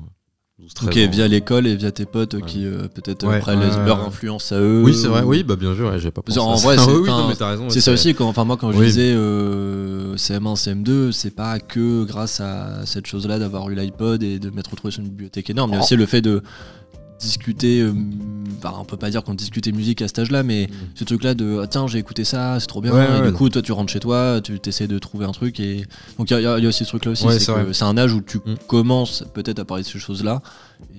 H: 12, 13
E: Ok,
H: ans.
E: via l'école et via tes potes euh, qui euh, peut-être
H: Ouais,
E: après les-
H: ouais,
E: leur
H: ouais.
E: influence à eux.
H: Oui, c'est vrai,
E: ou-
H: oui, bah bien sûr, ouais, j'ai pas pensé
E: Genre,
H: à
E: en
H: ça. Ah
E: vrai, c'est
H: Oui, oui,
E: enfin,
H: non, mais t'as raison,
E: c'est
H: ouais,
E: ça
H: c'est-
E: aussi. Quand, enfin, moi, quand je
H: Oui.
E: disais euh, CM1, CM2, c'est pas que grâce à cette chose-là d'avoir eu l'iPod et de m'être retrouvé sur une bibliothèque énorme. Il y a
P: Oh.
E: aussi le fait de discuter. euh, enfin, on peut pas dire qu'on discutait musique à cet âge-là, mais ce truc-là de ah, tiens, j'ai écouté ça, c'est trop bien.
H: Ouais,
E: et
H: ouais,
E: du
H: non.
E: coup, toi, tu rentres chez toi, tu essaies de trouver un truc. Et donc, il y, a- il y a il y a aussi ce truc-là aussi.
H: Ouais,
E: c'est
H: c'est
E: que
H: vrai. Mm.
E: c'est un âge où tu commences peut-être à parler de ces choses-là.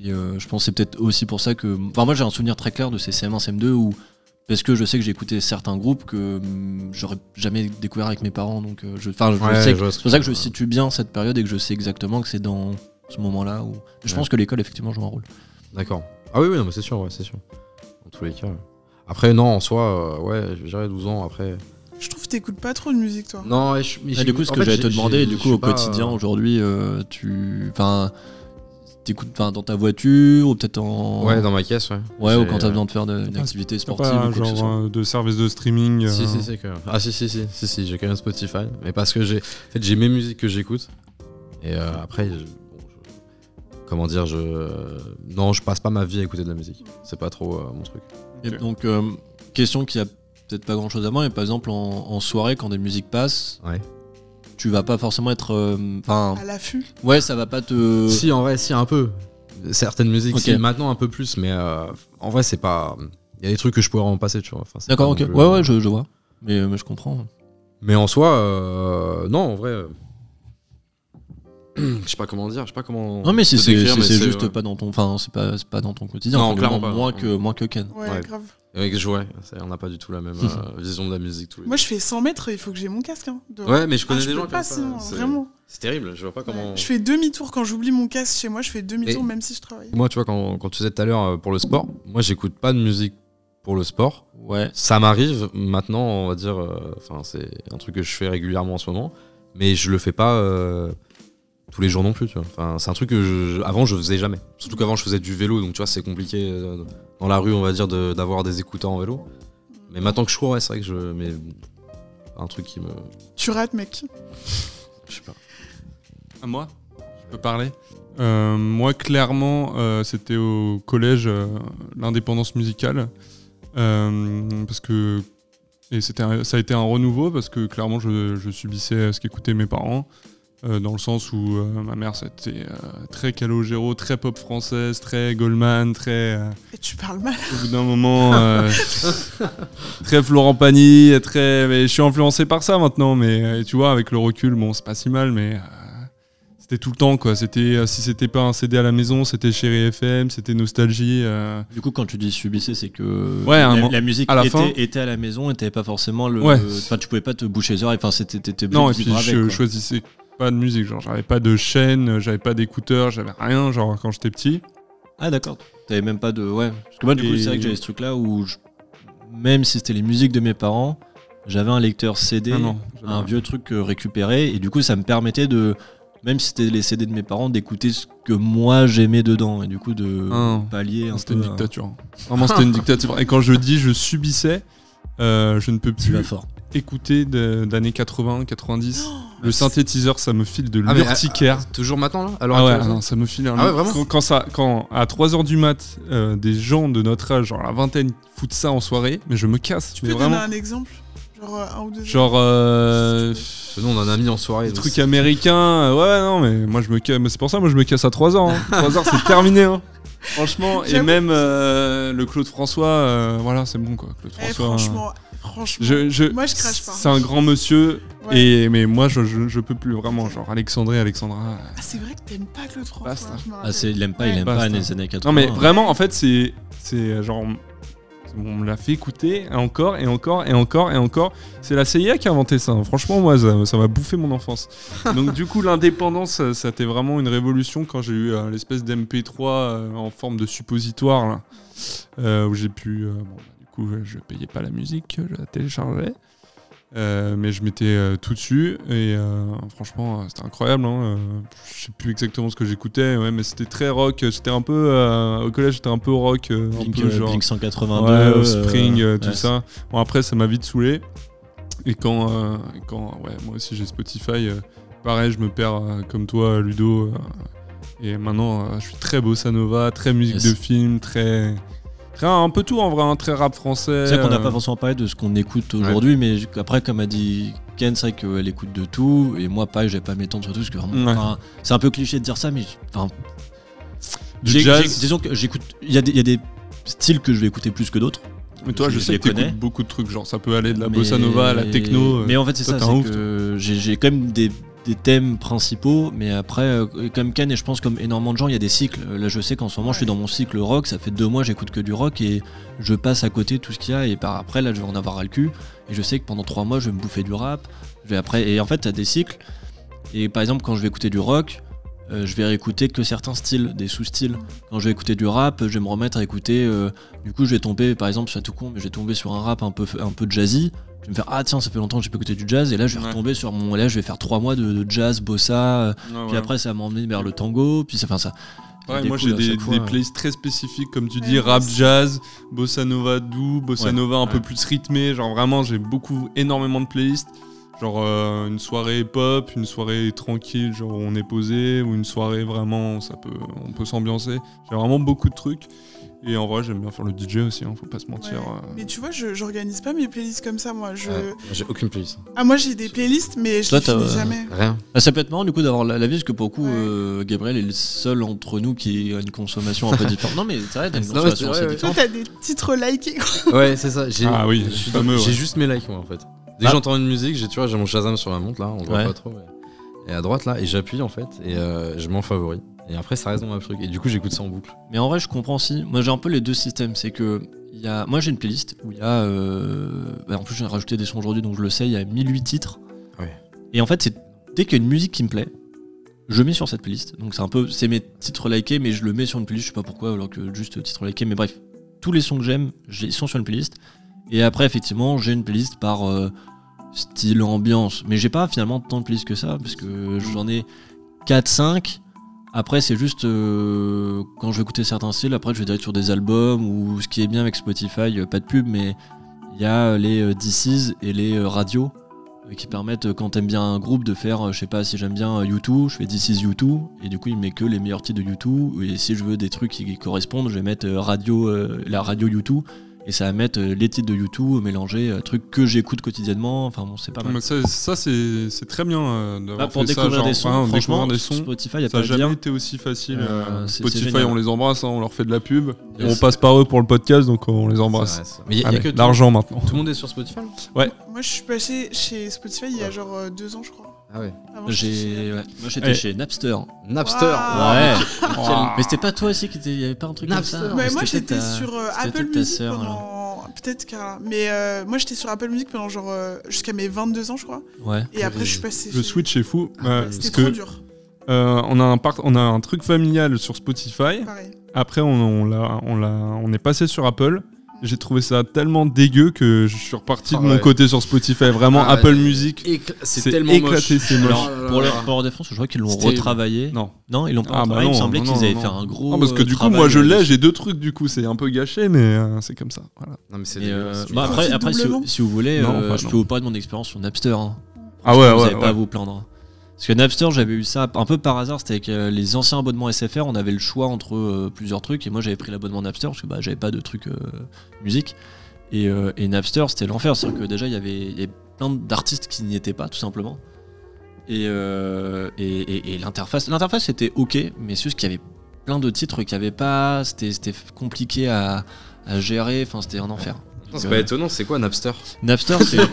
E: Et euh, je pense que c'est peut-être aussi pour ça que. Enfin, moi, j'ai un souvenir très clair de ces CM1, CM2 où. Parce que je sais que j'ai écouté certains groupes que hum, j'aurais jamais découvert avec mes parents. Donc, euh, je, enfin, je
H: Ouais,
E: sais
H: je vois
E: que- c'est
H: ce que
E: pour ça
H: tu
E: que je
H: veux dire.
E: situe bien cette période et que je sais exactement que c'est dans ce moment-là où. Je
H: Ouais.
E: pense que l'école, effectivement, joue un rôle.
H: D'accord. Ah oui, oui, non, mais c'est sûr, ouais, c'est sûr. En tous les cas. ouais. Après, non, en soi, euh, ouais, j'irais 12 ans après.
F: Je trouve que t'écoutes pas trop de musique toi.
H: Non, et je- mais
E: Ah,
H: j'ai-
E: du coup, ce
H: en
E: que
H: fait,
E: j'allais te
H: j'ai-
E: demander,
H: j'ai-
E: du
H: je
E: coup,
H: suis
E: au
H: pas, euh,
E: quotidien, aujourd'hui, euh, tu. Enfin. T'écoutes enfin, dans ta voiture ou peut-être en.
H: Ouais, euh, dans ma caisse, ouais.
E: Ouais, ou
H: J'ai-
E: quand t'as besoin de faire de- une
D: T'as pas-
E: activité
D: t'as
E: sportive
D: pas
E: ou quoi que ce
D: genre,
E: soit.
D: euh, de service de streaming.
H: Si,
D: euh,
H: si, si, quand même. Ah, si, si, si, si, si, j'ai quand même Spotify. Mais parce que j'ai. En fait, j'ai mes musiques que j'écoute. Et euh, après, je- bon, je- comment dire, je. Non, je passe pas ma vie à écouter de la musique. C'est pas trop euh, mon truc.
E: Et donc, euh, question qui a peut-être pas grand chose à voir, mais par exemple, en, en soirée, quand des musiques passent, tu vas pas forcément être. euh, Enfin.
F: À l'affût
E: Ouais, ça va pas te.
H: Si, en vrai, si, un peu. Certaines musiques,
E: Euh. Ok.
H: si, maintenant un peu plus, mais euh, en vrai, c'est pas. Il y a des trucs que je pourrais en passer, tu vois. Enfin, c'est
E: D'accord,
H: pas
E: ok.
H: non plus- euh,
E: Ouais, ouais, je, je vois. Mais, euh, mais je comprends.
H: Mais en soi, euh, non, en vrai. euh, je sais pas comment dire, je sais pas comment.
E: Non, mais si
H: te
E: c'est
H: décrire,
E: c'est-
H: mais euh,
E: c'est juste
H: ouais.
E: pas dans ton. Enfin, c'est pas, c'est pas dans ton quotidien.
H: Non,
E: Enfin,
H: clairement
E: moins-
H: pas.
E: Moins que, moins que Ken.
F: Ouais, grave.
H: Avec Joël, ça, on n'a pas du tout la même euh, vision de la musique. Tous les
F: Moi, je fais 100 mètres, il faut que j'ai mon casque. hein. De-
H: Ouais, mais je connais
F: Ah,
H: des
F: peux
H: gens
F: pas
H: comme ça.
F: sinon,
H: c'est-
F: vraiment.
H: C'est terrible, je vois pas comment.
F: Je fais demi-tour quand j'oublie mon casque chez moi, je fais demi-tour
H: Et-
F: même si je travaille.
H: Moi, tu vois, quand, quand tu disais tout à l'heure euh, pour le sport, moi, j'écoute pas de musique pour le sport.
E: Ouais.
H: Ça m'arrive maintenant, on va dire. euh, Enfin, c'est un truc que je fais régulièrement en ce moment, mais je le fais pas euh, tous les jours non plus. Tu vois. Enfin, c'est un truc que je, je- avant je faisais jamais. Surtout qu'avant je faisais du vélo, donc tu vois, c'est compliqué euh, dans la rue, on va dire, de- d'avoir des écouteurs en vélo. Mais maintenant que je cours, ouais, c'est vrai que je. Mais un truc qui me.
F: Tu rates, mec.
H: Je sais pas.
D: À moi Je peux parler Euh, Moi, clairement, euh, c'était au collège, euh, l'indépendance musicale. Euh, parce que. Et c'était un- ça a été un renouveau parce que clairement, je, je subissais ce qu'écoutaient mes parents. euh, dans le sens où euh, ma mère, c'était euh, très Calogero, très pop française, très Goldman, très. euh,
F: Et tu parles mal.
D: au bout d'un moment, euh, très Florent Pagny, très. mais je suis influencé par ça maintenant, mais euh, tu vois, avec le recul, bon, c'est pas si mal, mais euh, c'était C'était tout le temps, quoi. C'était, euh, si c'était pas un CD à la maison, c'était Chéri FM, c'était Nostalgie. euh,
Q: Du coup, quand tu dis subissez, c'est que
D: Ouais,
Q: la,
D: un mo-
Q: la musique
D: à la
Q: était,
D: fin-
Q: était à la maison et t'avais pas forcément le.
D: Ouais.
Q: Enfin, tu pouvais pas te boucher les oreilles. Enfin, c'était t'étais obligé
D: Non,
Q: de
D: et puis
Q: vivre avec,
D: je
Q: quoi.
D: choisissais pas de musique. Genre, j'avais pas de chaîne, j'avais pas d'écouteurs, j'avais rien, genre, quand j'étais petit.
Q: Ah, d'accord. T'avais même pas de. Ouais. Parce que moi, du coup,
D: Et-
Q: c'est vrai que j'avais ce truc-là où, je- même si c'était les musiques de mes parents, j'avais un lecteur CD,
D: Ah non, j'avais
Q: un
D: rien.
Q: vieux truc euh, récupéré, et du coup, ça me permettait de. Même si c'était les CD de mes parents, d'écouter ce que moi j'aimais dedans, et du coup, de
D: Ah.
Q: pallier un
D: C'était
Q: peu euh.
D: une
Q: à-
D: dictature. hein. Vraiment, c'était une dictature. Et quand je dis je subissais, euh, je ne peux plus
Q: vas fort.
D: écouter de- d'années 80, 90.
F: Oh,
D: Le synthétiseur, ça me file de
H: Ah, mais,
D: l'urticaire.
H: ah, toujours maintenant, là
D: Ah
H: Alors,
D: ouais,
H: attends,
D: ah non,
H: attends.
D: ça me file un
H: Ah ouais,
D: ur-
H: vraiment
D: quand, quand ça, quand à 3h du mat, euh, des gens de notre âge, genre la vingtaine, foutent ça en soirée, mais je me casse.
F: Tu
D: mais
F: peux
D: vraiment.
F: donner un exemple Genre euh, un ou deux
D: Genre. Euh, pff,
H: Nous, on en a mis en soirée.
D: des
H: donc
D: trucs
H: c'est-
D: américains. euh, Ouais, non, mais moi, je me casse. mais C'est pour ça, moi, je me casse à 3h. 3h, c'est terminé. hein. Franchement, et
F: J'avoue.
D: même euh, le Claude François, euh, voilà, c'est bon quoi. Claude
F: Eh,
D: François.
F: franchement, franchement.
D: Je, je-
F: Moi, je crache pas.
D: C'est un grand monsieur,
F: Ouais.
D: et, mais moi je, je, je peux plus vraiment. Genre Alexandré, Alexandra. euh,
F: Ah, c'est vrai que t'aimes pas Claude François.
D: Basta.
F: je me
Q: Ah, c'est, il l'aime pas,
F: Ouais.
Q: il aime pas
D: Basta.
Q: les années hein. 80.
D: Non mais vraiment, en fait, c'est. c'est genre. on- On me l'a fait écouter encore et encore et encore et encore. C'est la CIA qui a inventé ça. hein. Franchement, moi, ça ça m'a bouffé mon enfance. Donc, du coup, l'indépendance, ça- ça a été vraiment une révolution quand j'ai eu euh, l'espèce d'MP3 euh, en forme de suppositoire, là, euh, où j'ai pu. euh, bon, du coup, euh, je payais pas la musique, je la téléchargeais. Euh, mais je m'étais euh, tout dessus et euh, franchement euh, c'était incroyable. Hein, euh, je sais plus exactement ce que j'écoutais, ouais, mais c'était très rock. J'étais un peu euh, au collège, j'étais un peu rock, euh, un
E: Blink,
D: peu
E: euh,
D: genre
E: Blink 182.
D: ouais,
E: euh,
D: Offspring, euh, tout
E: ouais,
D: ça. Bon après ça m'a vite saoulé. Et quand, euh, quand ouais, moi aussi j'ai Spotify, euh, pareil je me perds euh, comme toi Ludo. euh, et maintenant euh, je suis très bossa nova, très musique
E: Yes.
D: de film, très, très un peu tout en vrai, hein, très rap français.
E: C'est vrai qu'on n'a
D: euh,
E: pas forcément parlé de ce qu'on écoute aujourd'hui, mais j- après, comme a dit Ken, c'est vrai qu'elle écoute de tout, et moi, pareil, je vais pas m'étendre sur tout, parce que vraiment,
D: Ouais.
E: enfin, c'est un peu cliché de dire ça, mais j- enfin,
D: du
E: j'ai-
D: jazz.
E: j'ai- disons que j'écoute, il y, a des- il y a des styles que je vais écouter plus que d'autres.
D: Mais toi, je,
E: je
D: sais
E: les
D: que t'écoutes
E: connais.
D: beaucoup de trucs, genre ça peut aller de la
E: mais-
D: bossa nova à la techno. euh,
E: Mais en fait, c'est
D: toi,
E: ça,
D: t'es un ouf,
E: c'est que j'ai j'ai quand même des, des thèmes principaux, mais après, euh, comme Ken, et je pense comme énormément de gens, il y a des cycles. Là, je sais qu'en ce moment, je suis dans mon cycle rock, ça fait deux mois, j'écoute que du rock, et je passe à côté tout ce qu'il y a, et par après, là, je vais en avoir ras le cul, et je sais que pendant trois mois, je vais me bouffer du rap. Je vais après, et en fait, t'as des cycles, et par exemple, quand je vais écouter du rock, euh, je vais écouter que certains styles, des sous-styles. Quand je vais écouter du rap, je vais me remettre à écouter. euh, du coup, je vais tomber, par exemple, c'est tout con, mais je vais tomber sur un rap un peu, un peu jazzy. Je vais me faire ah tiens, ça fait longtemps que j'ai pas écouté du jazz, et là je vais
D: Ouais.
E: retomber sur mon, là je vais faire trois mois de, de jazz, bossa, euh,
D: ouais,
E: puis
D: ouais.
E: après ça va m'emmener vers le tango, puis ça, enfin ça. ça
D: Ouais, moi
E: découle
D: j'ai
E: à
D: des,
E: chaque fois,
D: des
E: euh.
D: playlists très spécifiques, comme tu
F: Ouais,
D: dis,
F: moi
D: rap,
F: aussi.
D: jazz, bossa nova doux, bossa
E: Ouais,
D: nova un peu
E: ouais.
D: plus rythmé. Genre vraiment, j'ai beaucoup, énormément de playlists. Genre euh, une soirée pop, une soirée tranquille, genre où on est posé, ou une soirée vraiment, ça peut, on peut s'ambiancer. J'ai vraiment beaucoup de trucs. Et en vrai, j'aime bien faire le DJ aussi, hein, faut pas se mentir.
F: Ouais.
D: euh.
F: Mais tu vois, je- j'organise pas mes playlists comme ça, moi. Je...
H: Ouais, J'ai aucune playlist.
F: Ah, moi, j'ai des playlists, mais je
Q: Toi,
F: les finis
Q: t'as-
F: jamais.
H: Rien.
E: Bah,
Q: Ah, ça peut être marrant du coup d'avoir la, la vie, parce que pour le coup,
F: Ouais.
Q: euh, Gabriel est le seul entre nous qui a une consommation un peu différente. Non mais c'est vrai, t'as une
H: Non, mais c'est
Q: consommation
H: vrai,
Q: assez
H: ouais.
F: Toi,
Q: différente.
F: t'as des titres likés. quoi.
H: Ouais, c'est ça. J'ai
D: Ah oui,
H: je suis-
D: fameux,
H: j'ai
D: ouais.
H: juste mes likes, moi, en fait. Dès
Q: Ah.
H: que j'entends une musique, j'ai tu vois, j'ai mon Shazam sur ma montre, là, on le voit
Q: Ouais.
H: pas trop. mais- Et à droite, là, et j'appuie, en fait, et euh, je m'en favoris. Et après, ça reste dans ma truc. Et du coup, j'écoute ça en boucle.
Q: Mais en vrai, je comprends aussi. Moi, j'ai un peu les deux systèmes. C'est que il y a... moi, j'ai une playlist où il y a. euh, bah, en plus, j'ai rajouté des sons aujourd'hui, donc je le sais. Il y a 1008 titres.
H: Ouais.
Q: Et en fait, c'est dès qu'il y a une musique qui me plaît, je mets sur cette playlist. Donc c'est un peu, c'est mes titres likés, mais je le mets sur une playlist. Je sais pas pourquoi, alors que juste euh, titres likés. Mais bref, tous les sons que j'aime, j'ai- ils sont sur une playlist. Et après, effectivement, j'ai une playlist par euh, style ambiance. Mais j'ai pas finalement tant de playlists que ça, parce que j'en ai 4-5. Après, c'est juste euh, quand je vais écouter certains styles, après je vais direct sur des albums ou ce qui est bien avec Spotify, euh, pas de pub, mais il y a euh, les euh, DCs et les euh, radios euh, qui permettent, euh, quand t'aimes bien un groupe, de faire, euh, je sais pas, si j'aime bien euh, U2, je fais DCs U2, et du coup il met que les meilleurs titres de U2, et si je veux des trucs qui qui correspondent, je vais mettre euh, radio, euh, la radio U2, et ça va mettre euh, les titres de U2 mélangés, euh, trucs que j'écoute quotidiennement, enfin bon, c'est pas mal.
D: Mais Ah, ça, ça, c'est c'est très bien euh,
Q: Bah,
D: d'avoir
Q: pour
D: fait ça,
Q: découvrir
D: genre,
Q: des sons,
D: ouais, découvrir
Q: franchement,
D: des sons.
Q: Spotify, y a pas
D: Ça n'a
Q: à dire.
D: jamais été aussi facile.
Q: Euh,
D: euh,
Q: c'est- c'est
D: Spotify,
Q: génial.
D: on les embrasse, hein, on leur fait de la pub. on passe par eux pour le podcast, donc on les
H: C'est vrai,
D: embrasse.
H: c'est vrai. Mais y a- y a
D: Allez,
H: que tout-
D: L'argent maintenant.
H: Tout le monde est sur Spotify
D: Ouais.
F: Moi, je suis passé chez Spotify il y a genre euh, deux ans, je crois.
H: Ah ouais.
F: Avant, j'étais chez- Ah.
E: J'ai, ouais. Moi j'étais
D: Et-
E: chez Napster.
H: Napster.
F: Waouh.
E: Ouais.
D: Waouh.
E: Mais c'était pas toi aussi qui était, il y avait pas un truc
H: Napster.
E: comme ça. hein.
F: Ouais,
E: C'était
F: moi,
E: peut-être
F: j'étais
E: ta-
F: sur euh,
E: c'était
F: Apple
E: peut-être ta
F: Music
E: sœur, alors.
F: pendant. Peut-être, Carla. Mais euh, moi, j'étais sur Apple Music pendant genre euh, jusqu'à mes 22 ans, je crois.
E: Ouais.
F: Et après, je suis passé.
D: Le
F: chez-
D: switch est fou.
H: Ah,
D: euh, parce
F: C'était
D: que
F: trop dur.
D: euh, on, a un part- on a un truc familial sur Spotify.
F: Pareil.
D: Après, on, on, l'a- on, l'a- on est passé sur Apple. J'ai trouvé ça tellement dégueu que je suis reparti
H: Ah
D: de mon
H: ouais.
D: côté sur Spotify. Vraiment,
H: Ah,
D: Apple
H: mais-
D: Music.
H: Écla- C'est
D: C'est
H: tellement
D: éclaté,
H: moche.
D: c'est moche.
H: Alors,
E: Pour
H: le-
E: leur, pour leur défense, je crois qu'ils l'ont
H: C'était-
E: retravaillé.
D: Non.
E: Non, ils l'ont pas
D: Ah, bah
E: retravaillé.
D: non,
E: il me semblait
D: non,
E: qu'ils
D: non,
E: avaient
D: non.
E: fait un gros.
D: Non, parce que
E: euh,
D: du coup, moi
E: travail,
D: je
E: euh,
D: l'ai,
E: dessus.
D: j'ai deux trucs du coup, c'est un peu gâché, mais euh, c'est comme ça. voilà.
H: Non, mais c'est
E: Mais, euh,
H: dégueulasse.
E: bah, après,
F: Profite
E: après si,
F: doublement.
E: si vous voulez,
D: Non,
E: euh,
D: enfin,
E: je
D: non.
E: peux vous parler de mon expérience sur Napster. hein.
D: Ah ouais,
E: vous
D: ouais.
E: n'avez pas à
D: ouais.
E: vous plaindre. hein. Parce que Napster, j'avais eu ça un peu par hasard. C'était avec euh, les anciens abonnements SFR, on avait le choix entre euh, plusieurs trucs. Et moi, j'avais pris l'abonnement Napster parce que bah, j'avais pas de truc euh, musique. Et, euh, et Napster, c'était l'enfer. C'est-à-dire que déjà, il y avait- il y avait plein d'artistes qui n'y étaient pas, tout simplement. Et, euh, et, et- et l'interface, l'interface était ok, mais c'est juste qu'il y avait plein de titres qu'il n'y avait pas. C'était c'était compliqué à, à gérer. Enfin, c'était un enfer.
H: Non, C'est pas étonnant, c'est quoi Napster
E: Napster, c'est.
H: Non,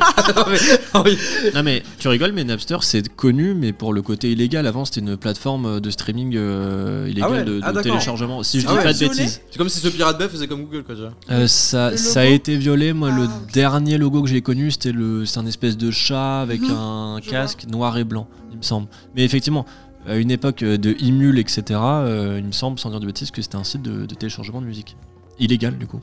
H: mais- ah oui.
E: Non mais tu rigoles, mais Napster c'est connu, mais pour le côté illégal. Avant c'était une plateforme de streaming euh, illégale
H: Ah ouais,
E: de, de
H: ah d'accord.
E: téléchargement. Si je
H: Ah
E: dis
H: ouais,
E: pas de
F: isolé
E: bêtises,
H: C'est comme si ce pirate bœuf faisait comme Google, quoi, déjà.
E: Euh, ça,
F: Le
E: ça a
F: logo
E: été violé. Moi, le
F: Ah, ok.
E: dernier logo que j'ai connu, c'était le, c'est un espèce de chat avec
F: Mhm,
E: un
F: je
E: casque noir et blanc, il me semble. Mais effectivement, à une époque euh, de Imul, etc., euh, il me semble, sans dire de bêtises, que c'était un site de, de téléchargement de musique illégal du coup.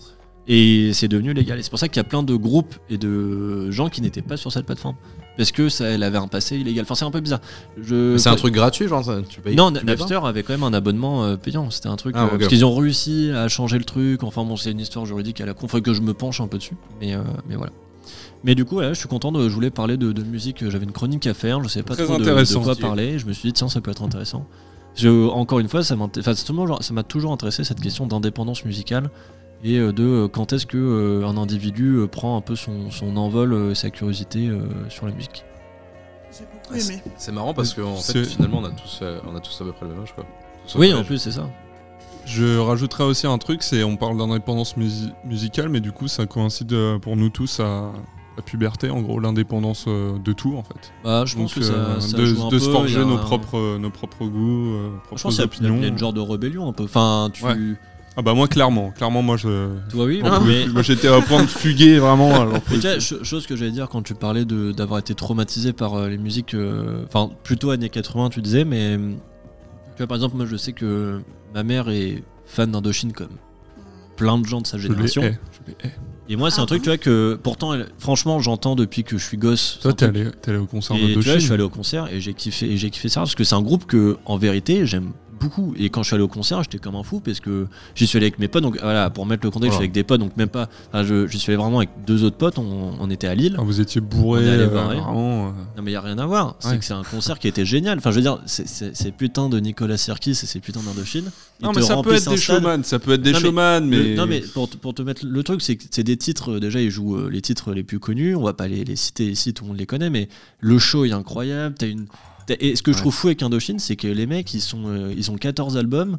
E: Et c'est devenu légal. Et c'est pour ça qu'il y a plein de groupes et de gens qui n'étaient pas sur cette plateforme. Parce que ça, elle avait un passé illégal. Enfin, c'est un peu bizarre. Je...
H: Mais C'est un truc gratuit, genre, ça,
D: Bah,
H: tu payes.
E: Non,
H: tu payes pas
E: Napster avait quand même un abonnement euh, payant. C'était un truc. euh,
H: Ah, ok.
E: Parce qu'ils ont réussi à changer le truc. Enfin, bon, c'est une histoire juridique à la con. Faudrait que je me penche un peu dessus. Mais, euh, mais voilà. Mais du coup, voilà, je suis content. De, je voulais parler de, de musique. J'avais une chronique à faire. Je savais pas
D: Très
E: trop de, de
D: intéressant.
E: quoi parler. Je me suis dit, tiens, ça peut être intéressant. Je- encore une fois, ça m'int- enfin, c'est toujours- genre, ça m'a toujours intéressé cette question d'indépendance musicale et euh, de euh, quand est-ce que euh, un individu euh, prend un peu son, son envol, euh, sa curiosité euh, sur la musique.
F: J'ai beaucoup
H: Ah,
F: aimé.
H: C'est marrant parce que en fait,
D: C'est-
H: finalement, on a tous, euh, on a tous à peu près le même âge, quoi. Tous au
E: Oui, en
H: collège.
E: plus, c'est ça.
D: Je rajouterais aussi un truc, c'est on parle d'indépendance musi- musicale, mais du coup ça coïncide euh, pour nous tous à la puberté, en gros l'indépendance euh, de tout en fait.
E: Bah, je pense
D: Donc,
E: que ça,
D: euh,
E: ça
D: de,
E: joue un
D: de se
E: peu, il y
D: forger
E: a
D: nos,
E: un-
D: propres, euh, nos propres goûts, euh,
E: Je pense
D: propres
E: qu'il y a- il y a
D: opinions.
E: peut-être une genre de rébellion un peu. Enfin, tu,
D: Ouais. Ah bah moi clairement, clairement moi je...
E: tu vois, oui.
D: j'en pouvais
E: mais-
D: plus. Moi, j'étais à point de fuguer vraiment. alors,
E: mais tu vois, cho- chose que j'allais dire quand tu parlais de- d'avoir été traumatisé par euh, les musiques, euh, enfin plutôt années 80, tu disais, mais euh, tu vois par exemple, moi je sais que ma mère est fan d'Indochine comme plein de gens de sa
D: je eh. les
E: génération.
D: hais.
E: Et moi c'est un truc, tu vois, que pourtant, elle- franchement, j'entends depuis que je suis gosse. c'est
D: Toi
E: un
D: t'es
E: truc
D: allé, t'es allé au concert
E: Et
D: de
E: tu vois, je suis
D: Chine.
E: allé au concert et j'ai kiffé, et j'ai kiffé ça parce que c'est un groupe que, en vérité, j'aime beaucoup. Et quand je suis allé au concert, j'étais comme un fou parce que j'y suis allé avec mes potes. Donc voilà, pour mettre le contexte, je suis
H: Voilà.
E: avec des potes, donc même pas. Enfin, je, j'y suis allé vraiment avec deux autres potes. On, on était à Lille.
D: Ah, vous étiez bourré,
E: On est allé
D: euh,
E: voir, ouais.
D: vraiment. euh,
E: Non mais y a rien à voir. C'est
D: Ouais.
E: que c'est un concert qui était génial. Enfin, je veux dire, c'est, c'est, c'est putain de Nicolas Sirkis et c'est putain d'Indochine. Ils
D: Non
E: te
D: mais ça peut
E: remplissent
D: être
E: un
D: des
E: stade.
D: showman, ça peut être des
E: Non, mais-
D: showman, mais...
E: Le- non mais pour, te- pour te mettre le truc, c'est que c'est des titres, euh, déjà ils jouent euh, les titres les plus connus, on va pas les, les citer ici, tout le monde les connaît, mais le show est incroyable, t'as une... t'as- et ce que je
H: Ouais.
E: trouve fou avec Indochine, c'est que les mecs, ils, sont, euh, ils ont 14 albums,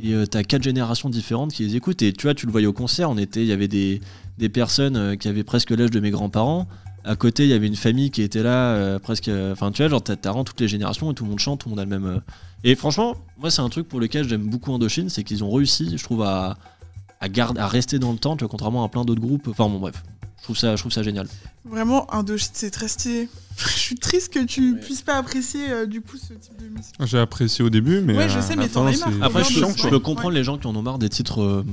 E: et euh, t'as 4 générations différentes qui les écoutent, et tu vois, tu le voyais au concert, on était, il y avait des, des personnes euh, qui avaient presque l'âge de mes grands-parents, à côté il y avait une famille qui était là, euh, presque... euh, Enfin tu vois, genre t'as t'as vraiment toutes les générations, et tout le monde chante, tout le monde a le même... euh, et franchement, moi, c'est un truc pour lequel j'aime beaucoup Indochine, c'est qu'ils ont réussi, je trouve, à, à, garder, à rester dans le temps, tu vois, contrairement à plein d'autres groupes. Enfin, bon, bref. Je trouve ça, je trouve ça génial.
F: Vraiment, Indochine, c'est très stylé. je suis triste que tu puisses pas apprécier euh, du coup ce type de musique.
D: J'ai apprécié au début, mais... euh,
F: Ouais, je
D: à
F: sais,
D: la
F: mais t'en
D: fin,
F: as marre,
D: c'est-
E: Après,
F: C'est
E: je,
F: chiant,
E: je
F: quoi.
E: peux comprendre les gens qui en ont marre des titres euh,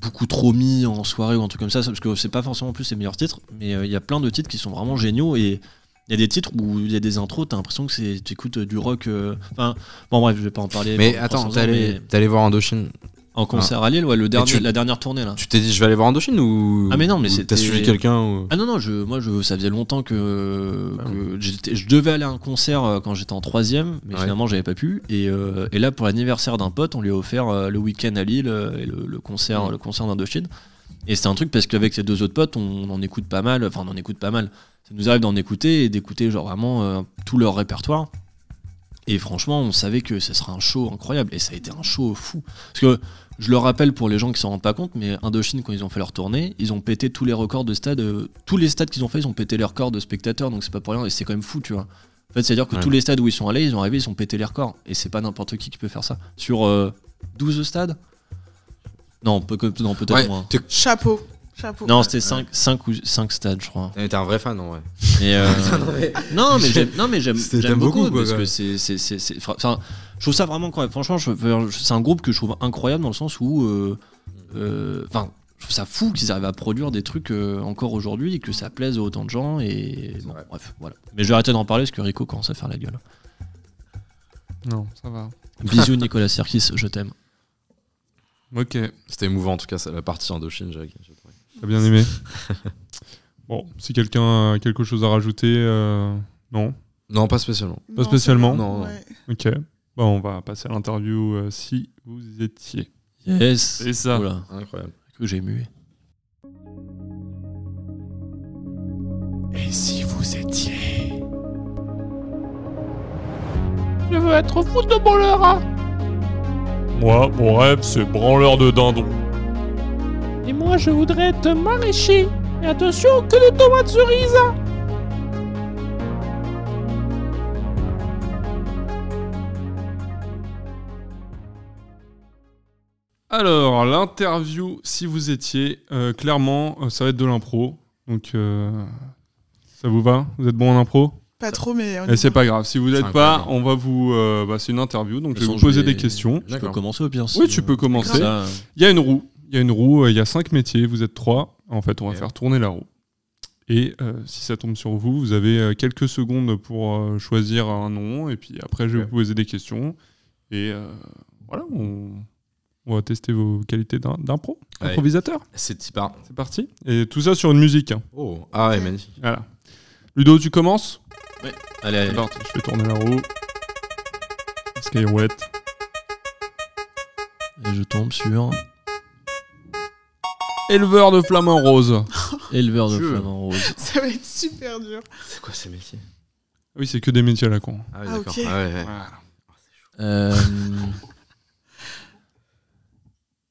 E: beaucoup trop mis en soirée ou un truc comme ça, parce que c'est pas forcément en plus les meilleurs titres, mais euh, il y a plein de titres qui sont vraiment géniaux et il y a des titres où il y a des intros, t'as l'impression que c'est, tu écoutes euh, du rock. euh, Enfin, bon, bref, je vais pas en parler.
H: Mais
E: pendant
H: attends,
E: 300
H: t'es
E: ans,
H: allé,
E: mais
H: t'es allé voir Indochine.
E: En concert à Lille, ouais, le dernier,
H: tu-
E: la dernière tournée là.
H: Tu t'es dit, je vais aller voir Indochine ou.
E: Ah, mais non, mais
H: ou
E: c'était-
H: T'as suivi quelqu'un ou.
E: Ah non, non, je, moi, je, ça faisait longtemps que, que j'étais- je devais aller à un concert euh, quand j'étais en troisième, mais
H: Ouais.
E: finalement, j'avais pas pu. Et, euh, et là, pour l'anniversaire d'un pote, on lui a offert euh, le week-end à Lille euh, et le, le concert, le concert d'Indochine. Et c'était un truc parce qu'avec ces deux autres potes, on en écoute pas mal, enfin, on en écoute pas mal. Ça nous arrive d'en écouter et d'écouter genre vraiment euh, tout leur répertoire. Et franchement, on savait que ça serait un show incroyable. Et ça a été un show fou. Parce que Je le rappelle pour les gens qui s'en rendent pas compte, mais Indochine, quand ils ont fait leur tournée, ils ont pété tous les records de stades. euh, tous les stades qu'ils ont fait, ils ont pété les records de spectateurs, donc c'est pas pour rien, et c'est quand même fou, tu vois. En fait, c'est-à-dire que
H: Ouais.
E: tous les stades où ils sont allés, ils ont arrivé, ils ont pété les records. Et c'est pas n'importe qui qui peut faire ça. Sur euh, 12 stades Non, peu- que- non, peut-être
H: Ouais,
E: moins.
H: t'es-
F: Chapeau. Chapeau.
E: Non, c'était 5, ou 5 stades, je crois.
H: Eh, t'es un vrai fan, en vrai.
E: Et, euh,
H: Putain, non, mais-
E: non, mais j'aime, non, mais j'aime,
H: C'était-
E: j'aime
H: t'aimes
E: beaucoup,
H: beaucoup, quoi,
E: parce
H: quoi.
E: que c'est, c'est, c'est, c'est- fra- enfin, je trouve ça vraiment incroyable. Franchement, je- je- c'est un groupe que je trouve incroyable dans le sens où, euh, euh, enfin, je trouve ça fou qu'ils arrivent à produire des trucs euh, encore aujourd'hui et que ça plaise à autant de gens. Et bon, bref, voilà. Mais je vais arrêter d'en parler parce que Rico commence à faire la gueule.
D: Non, ça va.
E: Bisous Nicolas Serkis, je t'aime.
D: Ok, t'as
H: C'était émouvant, en tout cas, ça- la partie Indochine, j'ai j'ai trouvé.
D: bien aimé. bon, si quelqu'un a quelque chose à rajouter, euh, non.
H: Non, pas spécialement.
D: Pas spécialement.
H: Non,
F: Ouais.
D: Ok. Bon, on va passer à l'interview euh, si vous étiez.
E: Yes.
D: C'est ça.
E: Oula,
H: Incroyable.
E: que j'ai mué.
R: Et si vous étiez
G: Je veux être footballeur, hein
A: Moi, mon rêve, c'est branleur de dindon.
G: Et moi, je voudrais être maraîcher. Et attention, que des tomates cerises hein.
D: Alors, l'interview si vous étiez, euh, clairement, euh, ça va être de l'impro. Donc, euh, ça vous va Vous êtes bon en impro
F: Pas trop, mais. on y
D: Et Eh, c'est
F: va.
D: pas grave. Si vous
H: C'est
D: n'êtes pas,
H: incroyable.
D: on va vous. euh, bah, c'est une interview, donc
E: De
D: je
E: toute
D: vais vous
E: façon,
D: poser
E: je
D: des
E: vais-
D: questions.
E: Je peux
H: D'accord.
E: commencer au pire. si-
D: Oui, tu peux commencer.
E: Ça,
D: Il y a une roue. Il y a une roue. euh, Il y a cinq métiers. Vous êtes trois. En fait, on va
H: Ok.
D: faire tourner la roue. Et euh, si ça tombe sur vous, vous avez euh, quelques secondes pour euh, choisir un nom. Et puis après, je vais
H: Ok.
D: vous poser des questions. Et euh, voilà, on, on va tester vos qualités d'im- d'impro,
H: Allez.
D: improvisateur.
H: C'est Tipa.
D: C'est parti. Et tout ça sur une musique. hein.
H: Oh, ah ouais, magnifique.
D: Voilà. Ludo, tu commences
E: Allez, allez.
D: Attends, je fais tourner la roue. Skywet.
E: Et je tombe sur
D: Éleveur de flamants roses.
E: éleveur de
H: Je-
E: flamants roses.
F: Ça va être super dur.
H: C'est quoi ces métiers
D: Ah Oui, c'est que des métiers à la con.
H: Ah, oui,
F: Ah,
H: d'accord.
F: ok.
H: Ah ouais, ouais.
E: Euh,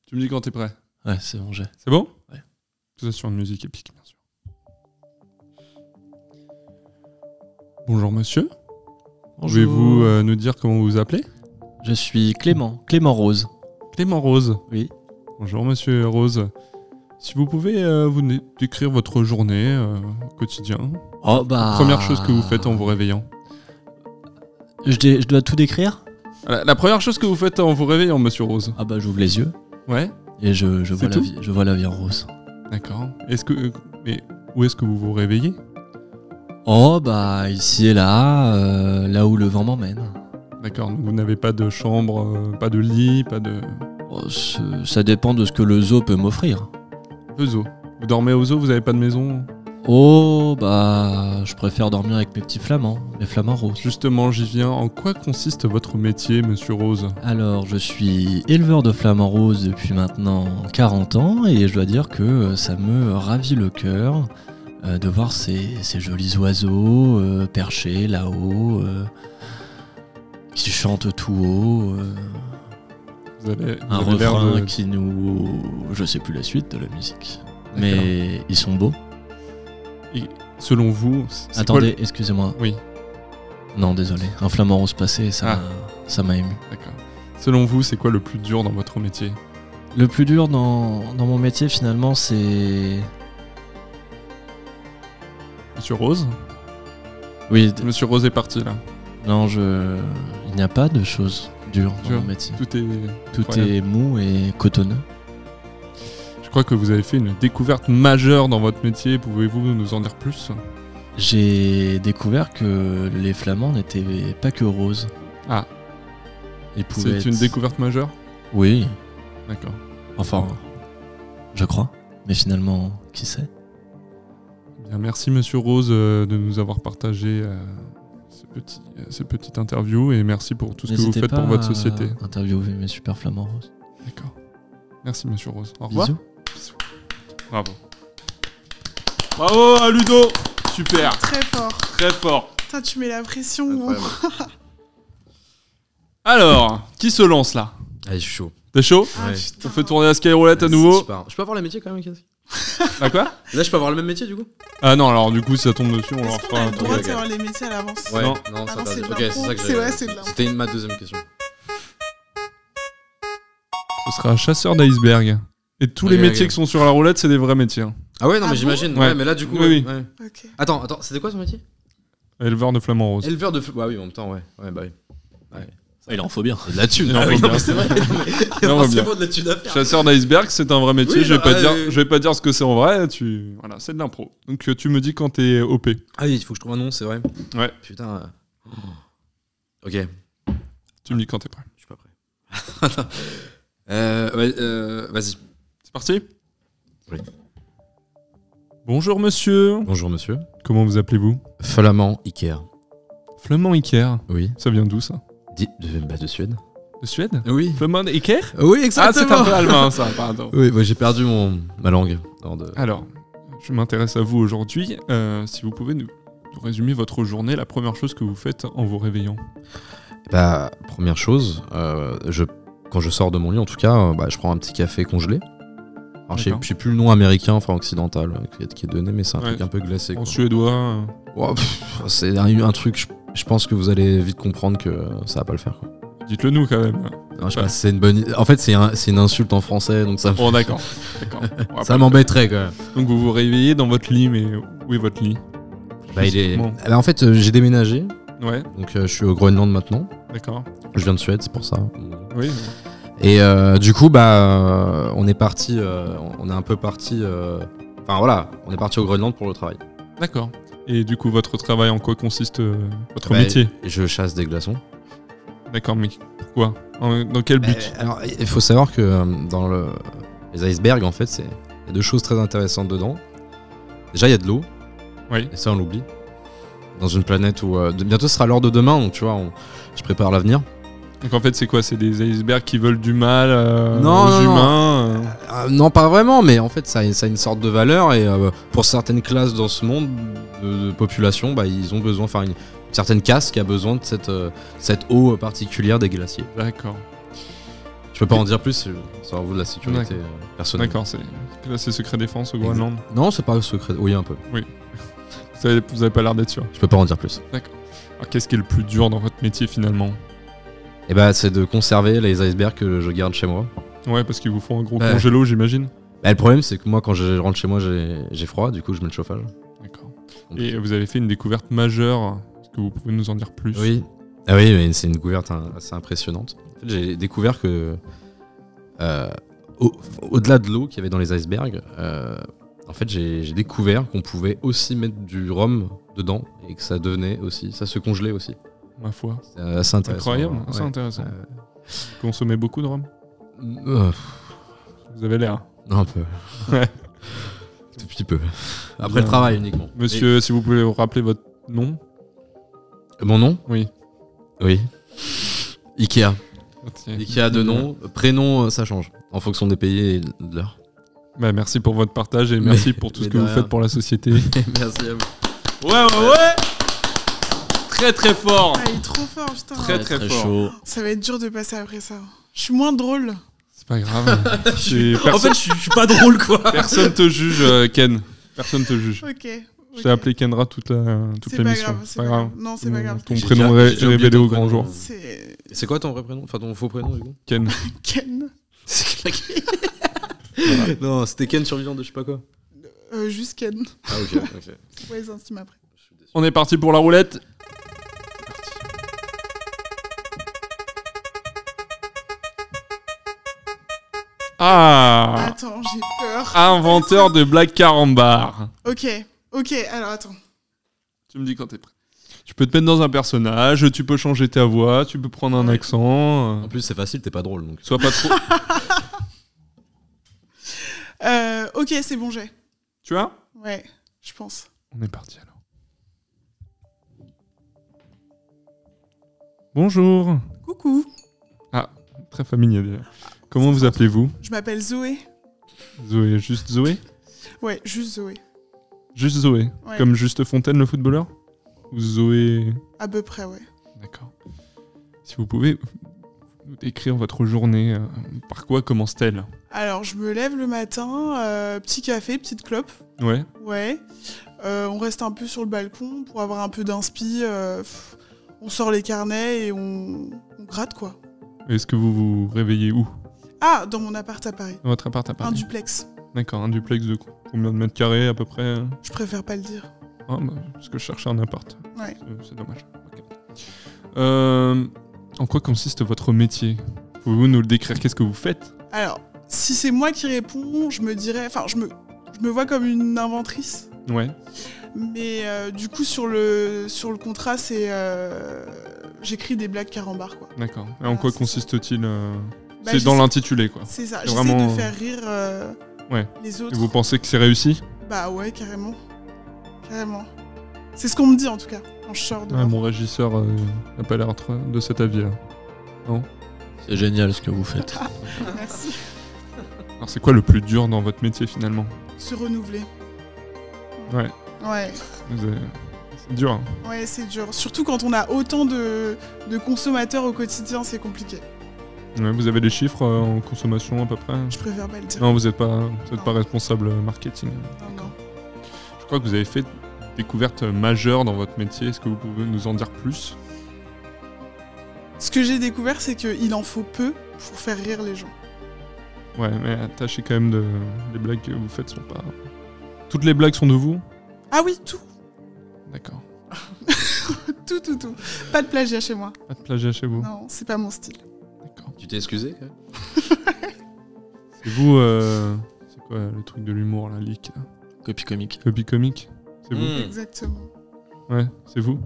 D: Tu me dis quand t'es prêt.
E: ouais, c'est bon, j'ai.
D: C'est bon
E: Ouais.
D: Tout ça sur une musique épique, bien sûr. Bonjour monsieur. Pouvez-vous euh, nous dire comment vous vous appelez
E: Je suis Clément, Clément Rose.
D: Clément Rose.
E: Oui.
D: Bonjour monsieur Rose. Si vous pouvez euh, vous né- décrire votre journée euh, au quotidien.
E: Oh bah.
D: Première chose que vous faites en vous réveillant.
E: Je, dé- je dois tout décrire
D: La, la première chose que vous faites en vous réveillant, monsieur Rose.
E: Ah bah j'ouvre les yeux
D: Ouais.
E: et je, je
D: C'est
E: vois la
D: tout
E: vie, je vois la vie en rose.
D: D'accord. Est-ce que euh, mais où est-ce que vous vous réveillez
E: Oh bah ici et là, euh, là où le vent m'emmène.
D: D'accord. Donc vous n'avez pas de chambre, euh, pas de lit, pas de
E: Oh, ce- ça dépend de ce que le zoo peut m'offrir.
D: de zoo. Vous dormez au zoo, vous n'avez pas de maison.
E: Oh bah je préfère dormir avec mes petits flamands, les flamands roses.
D: Justement, j'y viens. En quoi consiste votre métier, Monsieur Rose
E: Alors, je suis éleveur de flamants roses depuis maintenant 40 ans et je dois dire que euh, ça me ravit le cœur euh, de voir ces, ces jolis oiseaux euh, perchés là-haut, euh, qui chantent tout haut, euh,
D: Vous avez, vous
E: un
D: avez l'air
E: refrain
D: de-
E: qui nous... Je sais plus la suite de la musique.
D: D'accord.
E: Mais ils sont beaux.
D: Selon vous, c'est quoi
E: Attendez, excusez-moi.
D: le- Oui.
E: Non, désolé. Un flamant rose passé, ça
D: Ah.
E: m'a- ça m'a ému.
D: D'accord. Selon vous, c'est quoi le plus dur dans votre métier
E: Le plus dur dans, dans mon métier, finalement, c'est...
D: Monsieur Rose
E: Oui, d-
D: Monsieur Rose est parti là.
E: Non, je... il n'y a pas de choses dures dans
D: Dur.
E: mon métier.
D: Tout est.
E: Tout
D: incroyable.
E: est mou et cotonneux.
D: Je crois que vous avez fait une découverte majeure dans votre métier. Pouvez-vous nous en dire plus
E: J'ai découvert que les flamands n'étaient pas que roses.
D: Ah.
E: Ils pouvaient
D: C'est
E: être-
D: une découverte majeure.
E: Oui,
D: D'accord.
E: enfin, je crois. Mais finalement, qui sait
D: Bien, merci Monsieur Rose euh, de nous avoir partagé euh, ce petit, euh, cette petite interview et merci pour tout ce que vous
E: N'hésitez
D: faites
E: pas
D: pour votre
E: à
D: société.
E: Interviewer mes super flamands roses.
D: D'accord. Merci Monsieur Rose. Au revoir.
E: Bisous.
D: Bravo. Bravo à Ludo. Super,
F: Très fort.
D: très fort.
F: Putain, tu mets la pression. hein.
D: Alors, qui se lance là
H: Ah, il est chaud.
D: T'es chaud
H: Ouais.
D: On fait tourner la skyroulette à nouveau
H: Super. Je peux avoir les métiers quand même, Cassie
D: À quoi
H: Là, je peux avoir le même métier du coup
D: Ah non, alors du coup, si ça tombe dessus, on leur
F: Est-ce qu'on a
D: fera.
F: le droit de
H: ok.
F: savoir les métiers à l'avance
H: Ouais,
D: Non.
H: non, ça
F: Ah non,
H: t'a-
F: c'est de
H: Ok,
F: l'impro.
H: c'est ça que
F: C'est-
H: j'avais-
F: ouais, c'est de l'impro.
H: C'était une- ma deuxième question.
D: Ce sera chasseur d'iceberg. Et tous les
H: Ok,
D: métiers
H: ok.
D: qui sont sur la roulette, c'est des vrais métiers. hein.
H: Ah ouais,
F: Ah
H: non, mais
F: bon
H: j'imagine.
D: Ouais.
H: Ouais, mais là, du coup.
D: Oui, oui.
H: ouais.
F: Ok.
H: Attends, attends, c'était quoi son métier
D: Éleveur de flamants roses.
H: Éleveur de. fl- Ouais, oui, en même temps, ouais. Ouais, bah oui. Ouais.
E: Ah, il en faut bien.
H: De la thune,
D: Non,
H: ah oui,
D: bien.
H: non, mais c'est vrai.
D: Non,
H: Non,
D: bien.
H: c'est bon, de la thune à faire.
D: Chasseur d'iceberg, c'est un vrai métier.
H: Oui,
D: je, vais
H: non,
D: pas
H: euh,
D: dire,
H: euh,
D: je vais pas dire ce que c'est en vrai. Tu... Voilà, c'est de l'impro. Donc euh, tu me dis quand t'es OP.
H: Ah oui, il faut que je trouve un nom, c'est vrai.
D: Ouais.
H: Putain. euh. Ok, je
D: Tu me dis quand t'es prêt.
H: suis pas prêt. euh, ouais, euh, vas-y.
D: C'est parti
H: Oui.
D: Bonjour monsieur.
H: Bonjour monsieur.
D: Comment vous appelez-vous
H: Flamand Iker.
D: Flamand Iker.
H: Oui.
D: Ça vient d'où ça
H: de, bah, de Suède.
D: De Suède
H: Oui.
D: Flamand Iker
H: Oui,
D: Ah, c'est un
H: exactement.
D: peu allemand ça, pardon.
H: oui, bah, j'ai perdu mon, ma langue. avant de-
D: Alors, je m'intéresse à vous aujourd'hui. Euh, si vous pouvez nous, nous résumer votre journée, la première chose que vous faites en vous réveillant.
H: Bah, première chose, euh, je, quand je sors de mon lit, en tout cas, euh, bah, je prends un petit café congelé. Alors, je sais-
D: D'accord.
H: je sais plus le nom américain, enfin occidental, euh, qui est, qui est donné, mais c'est un
D: Ouais.
H: truc un peu glacé.
D: En
H: quoi.
D: suédois. euh,
H: Oh, pff, c'est un, un truc, je, je pense que vous allez vite comprendre que ça va pas le faire. quoi.
D: Dites-le nous quand même.
H: Non, je sais
D: Ouais.
H: pas si c'est une bonne. En fait, c'est un- c'est une insulte en français, donc ça,
D: Bon, Oh, d'accord. d'accord. On va
H: ça
D: pas-
H: m'embêterait quand même.
D: Donc vous vous réveillez dans votre lit, mais où est votre lit
H: Bah, il est...
D: Bon.
H: Ah, bah, en fait, euh, j'ai déménagé,
D: Ouais,
H: donc euh, je suis au Groenland maintenant.
D: d'accord.
H: Je viens de Suède, c'est pour ça.
D: Oui.
H: Et euh, du coup, bah, euh, on est parti, euh, on est un peu parti. euh, Enfin voilà, on est parti au Groenland pour le travail.
D: D'accord. Et du coup, votre travail, en quoi consiste euh, votre
H: Bah,
D: métier
H: Je chasse des glaçons.
D: D'accord, mais pourquoi En- Dans quel but
H: Euh, alors, il faut savoir que euh, dans le- les icebergs, en fait, c'est il y a deux choses très intéressantes dedans. Déjà, il y a de l'eau.
D: Oui.
H: Et ça, on l'oublie. Dans une planète où euh, de- bientôt ce sera l'heure de demain, donc tu vois, on- je prépare l'avenir.
D: Donc en fait, c'est quoi C'est des icebergs qui veulent du mal euh,
H: Non, non,
D: aux
H: non.
D: humains euh.
H: Euh, non, pas vraiment, mais en fait, ça, a- ça a une sorte de valeur. Et euh, pour certaines classes dans ce monde de, de population, bah, ils ont besoin, enfin, une, une certaine caste qui a besoin de cette, euh, cette eau particulière des glaciers.
D: D'accord.
H: Je peux pas en dire plus, c'est c'est à vous de la sécurité
D: D'accord.
H: euh, personnelle.
D: D'accord, c'est là, c'est secret défense au Groenland.
H: Non, c'est pas un secret. Oui, un peu.
D: Vous avez, vous avez pas l'air d'être sûr.
H: Je peux pas en dire plus.
D: Alors qu'est-ce qui est le plus dur dans votre métier finalement
H: Et bah, c'est de conserver les icebergs que je garde chez moi.
D: Ouais, parce qu'ils vous font un gros
H: Ouais.
D: congélo, j'imagine.
H: Bah, le problème, c'est que moi, quand je rentre chez moi, j'ai j'ai froid, du coup, je mets le chauffage.
D: D'accord. Et vous avez fait une découverte majeure. Est-ce que vous pouvez nous en dire plus
H: Oui. Ah oui, mais c'est une découverte hein, assez impressionnante. En fait, j'ai découvert que euh, au- au-delà de l'eau qu'il y avait dans les icebergs, euh, en fait, j'ai j'ai découvert qu'on pouvait aussi mettre du rhum dedans et que ça devenait aussi, ça se congelait aussi.
D: Ma foi.
H: C'est assez intéressant.
D: Incroyable,
H: Ouais.
D: c'est intéressant.
H: Euh,
D: Vous consommez beaucoup de rhum
H: euh,
D: Vous avez l'air.
H: un peu.
D: Ouais.
H: Tout petit peu. Après
D: Bien.
H: le travail uniquement.
D: Monsieur, si vous pouvez vous rappeler votre nom
H: Et- Mon nom
D: Oui.
H: Oui. Ikea.
D: Ok.
H: Ikea de nom. Prénom, euh, ça change. En fonction des pays et de l'heure.
D: Bah, merci pour votre partage et
H: Mais-
D: merci pour tout
H: mais
D: ce
H: de
D: que vous
H: rien.
D: faites pour la société.
H: Merci à vous.
D: Ouais, ouais, ouais Très, très fort
F: Ah, il est trop fort, putain.
D: Très, très, fort.
E: chaud.
F: Ça va être dur de passer après ça. Je suis moins drôle.
D: C'est pas grave. C'est-
H: En
D: perso-
H: fait, je suis- je suis pas drôle, quoi.
D: Personne te juge, euh, Ken. Personne te juge.
F: Ok.
D: Je
F: ok.
D: t'ai appelé Kendra toute la toute
F: C'est pas
D: l'émission.
F: grave. C'est pas grave. Non, c'est pas grave.
D: Ton
H: J'ai
D: prénom
H: déjà-
D: ré-
H: j'ai déjà oublié
D: révélé
H: ton
D: au grand
H: prénom.
D: jour.
F: C'est
H: C'est quoi ton vrai prénom Enfin, ton faux prénom, du coup
D: Ken.
F: Ken.
H: Non, c'était Ken survivant de je sais pas quoi.
F: Euh, juste Ken.
H: Ah, ok, ok.
F: C'est pas les intimes après.
D: On est parti pour la roulette. Ah
F: Attends, j'ai peur.
D: Inventeur de Black Carambar.
F: Ok. Ok, alors attends.
D: Tu me dis quand t'es prêt. Tu peux te mettre dans un personnage, tu peux changer ta voix, tu peux prendre un accent. euh,
H: En plus, c'est facile, t'es pas drôle, donc.
D: Sois pas trop.
F: Euh, ok, c'est bon, j'ai.
D: tu vois
F: Ouais, je pense.
D: On est parti alors. Bonjour.
F: Coucou.
D: Très familier déjà. Comment vous appelez-vous
F: Je m'appelle Zoé.
D: Zoé, juste Zoé
F: Ouais, juste Zoé.
D: Juste Zoé.
F: Ouais.
D: Comme Juste Fontaine, le footballeur Ou Zoé.
F: À peu près, ouais.
D: D'accord. Si vous pouvez nous décrire votre journée euh, Par quoi commence-t-elle
F: Alors, je me lève le matin, euh, petit café, petite clope.
D: Ouais.
F: Ouais. Euh, on reste un peu sur le balcon pour avoir un peu d'inspi. euh, pff, on sort les carnets et on, on gratte, quoi.
D: Est-ce que vous vous réveillez où
F: Ah, dans mon appart à Paris.
D: Dans votre appart à
F: Un
D: Paris
F: duplex.
D: D'accord, un duplex de co- combien de mètres carrés à peu près
F: Je préfère pas le dire.
D: Ah, bah, parce que je cherchais un appart.
F: Ouais.
D: C'est- C'est dommage. Ok. Euh, en quoi consiste votre métier Pouvez-vous nous le décrire Qu'est-ce que vous faites
F: Alors, si c'est moi qui réponds, je me dirais. Enfin, je me, je me vois comme une inventrice.
D: Ouais.
F: Mais euh, du coup, sur le, sur le contrat, c'est. euh, J'écris des blagues carambars, quoi.
D: D'accord. Et en quoi
F: Ah, c'est ça.
D: consiste-t-il euh,
F: Bah,
D: C'est dans
F: j'essaie-
D: l'intitulé, quoi.
F: C'est ça.
D: C'est
F: J'essaie
D: vraiment-
F: de faire rire euh,
D: Ouais.
F: les
D: Et
F: autres.
D: vous pensez que c'est réussi
F: Bah ouais, carrément. Carrément. C'est ce qu'on me dit en tout cas, quand je sors de
D: Ouais, Mon régisseur euh, n'a pas l'air trop- de cet avis, là.
E: C'est génial ce que vous faites.
F: Merci.
D: Alors, c'est quoi le plus dur dans votre métier, finalement
F: Se renouveler.
D: Ouais.
F: Ouais,
D: Vous avez- C'est dur. hein.
F: ouais c'est dur. Surtout quand on a autant de, de consommateurs au quotidien, c'est compliqué.
D: Ouais, vous avez des chiffres euh, en consommation, à peu près
F: Je préfère pas le dire.
D: Non, vous n'êtes pas, vous êtes pas responsable euh, marketing.
F: Non, non.
D: Je crois que vous avez fait une découverte euh, majeure dans votre métier. Est-ce que vous pouvez nous en dire plus
F: Ce que j'ai découvert, c'est qu'il en faut peu pour faire rire les gens.
D: Ouais, mais tâchez quand même de. Les blagues que vous faites sont pas. Toutes les blagues sont de vous
F: Ah oui, tout,
D: D'accord.
F: tout, tout, tout. Pas de plagiat chez moi.
D: Pas de plagiat chez vous.
F: Non, c'est pas mon style.
H: Tu t'es excusé quand même
D: C'est vous. euh, C'est quoi le truc de l'humour, la leak là
E: Copie comique.
D: Copy comique C'est vous
H: Hmm.
F: Exactement.
D: Ouais, c'est vous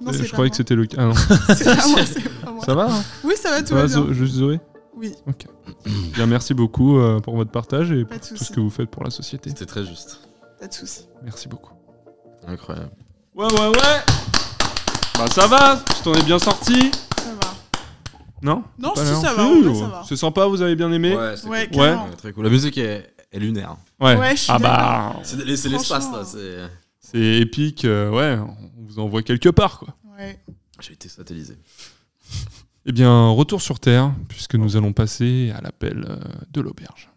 F: Non,
D: Euh,
F: c'est
D: Je
F: pas
D: croyais
F: moi.
D: que c'était le cas. Ah non.
F: C'est pas moi, c'est pas moi.
D: Ça va hein
F: Oui, ça va, tout
D: Ça va,
F: va bien.
D: Zo- juste Zoé
F: Oui,
D: Ok. Bien, merci beaucoup euh, pour votre partage et
F: pas
D: pour
F: de
D: tout ce
F: soucis.
D: que vous faites pour la société.
H: C'était très juste.
F: Pas de soucis.
D: Merci beaucoup.
H: Incroyable.
D: Ouais, ouais, ouais Bah, ça va Je t'en ai bien sorti
F: Ça va.
D: Non
F: Non,
D: Pas
F: si,
D: là
F: ça
D: non
F: va, en
D: plus,
F: vrai,
D: ou-
F: ça va.
D: hein. C'est sympa, vous avez bien aimé
H: Ouais, c'était
F: Ouais,
H: cool.
F: carrément.
H: Ouais, très cool. La musique est, est lunaire.
D: Ouais.
F: Ouais, je suis
D: ah bah,
H: C'est c'est l'espace
F: Franchement.
H: là. c'est- euh,
D: c'est épique, euh, ouais, on vous envoie quelque part, quoi.
F: Ouais.
H: J'ai été satellisé.
D: Eh bien, retour sur Terre, puisque nous allons passer à l'appel euh, de l'auberge.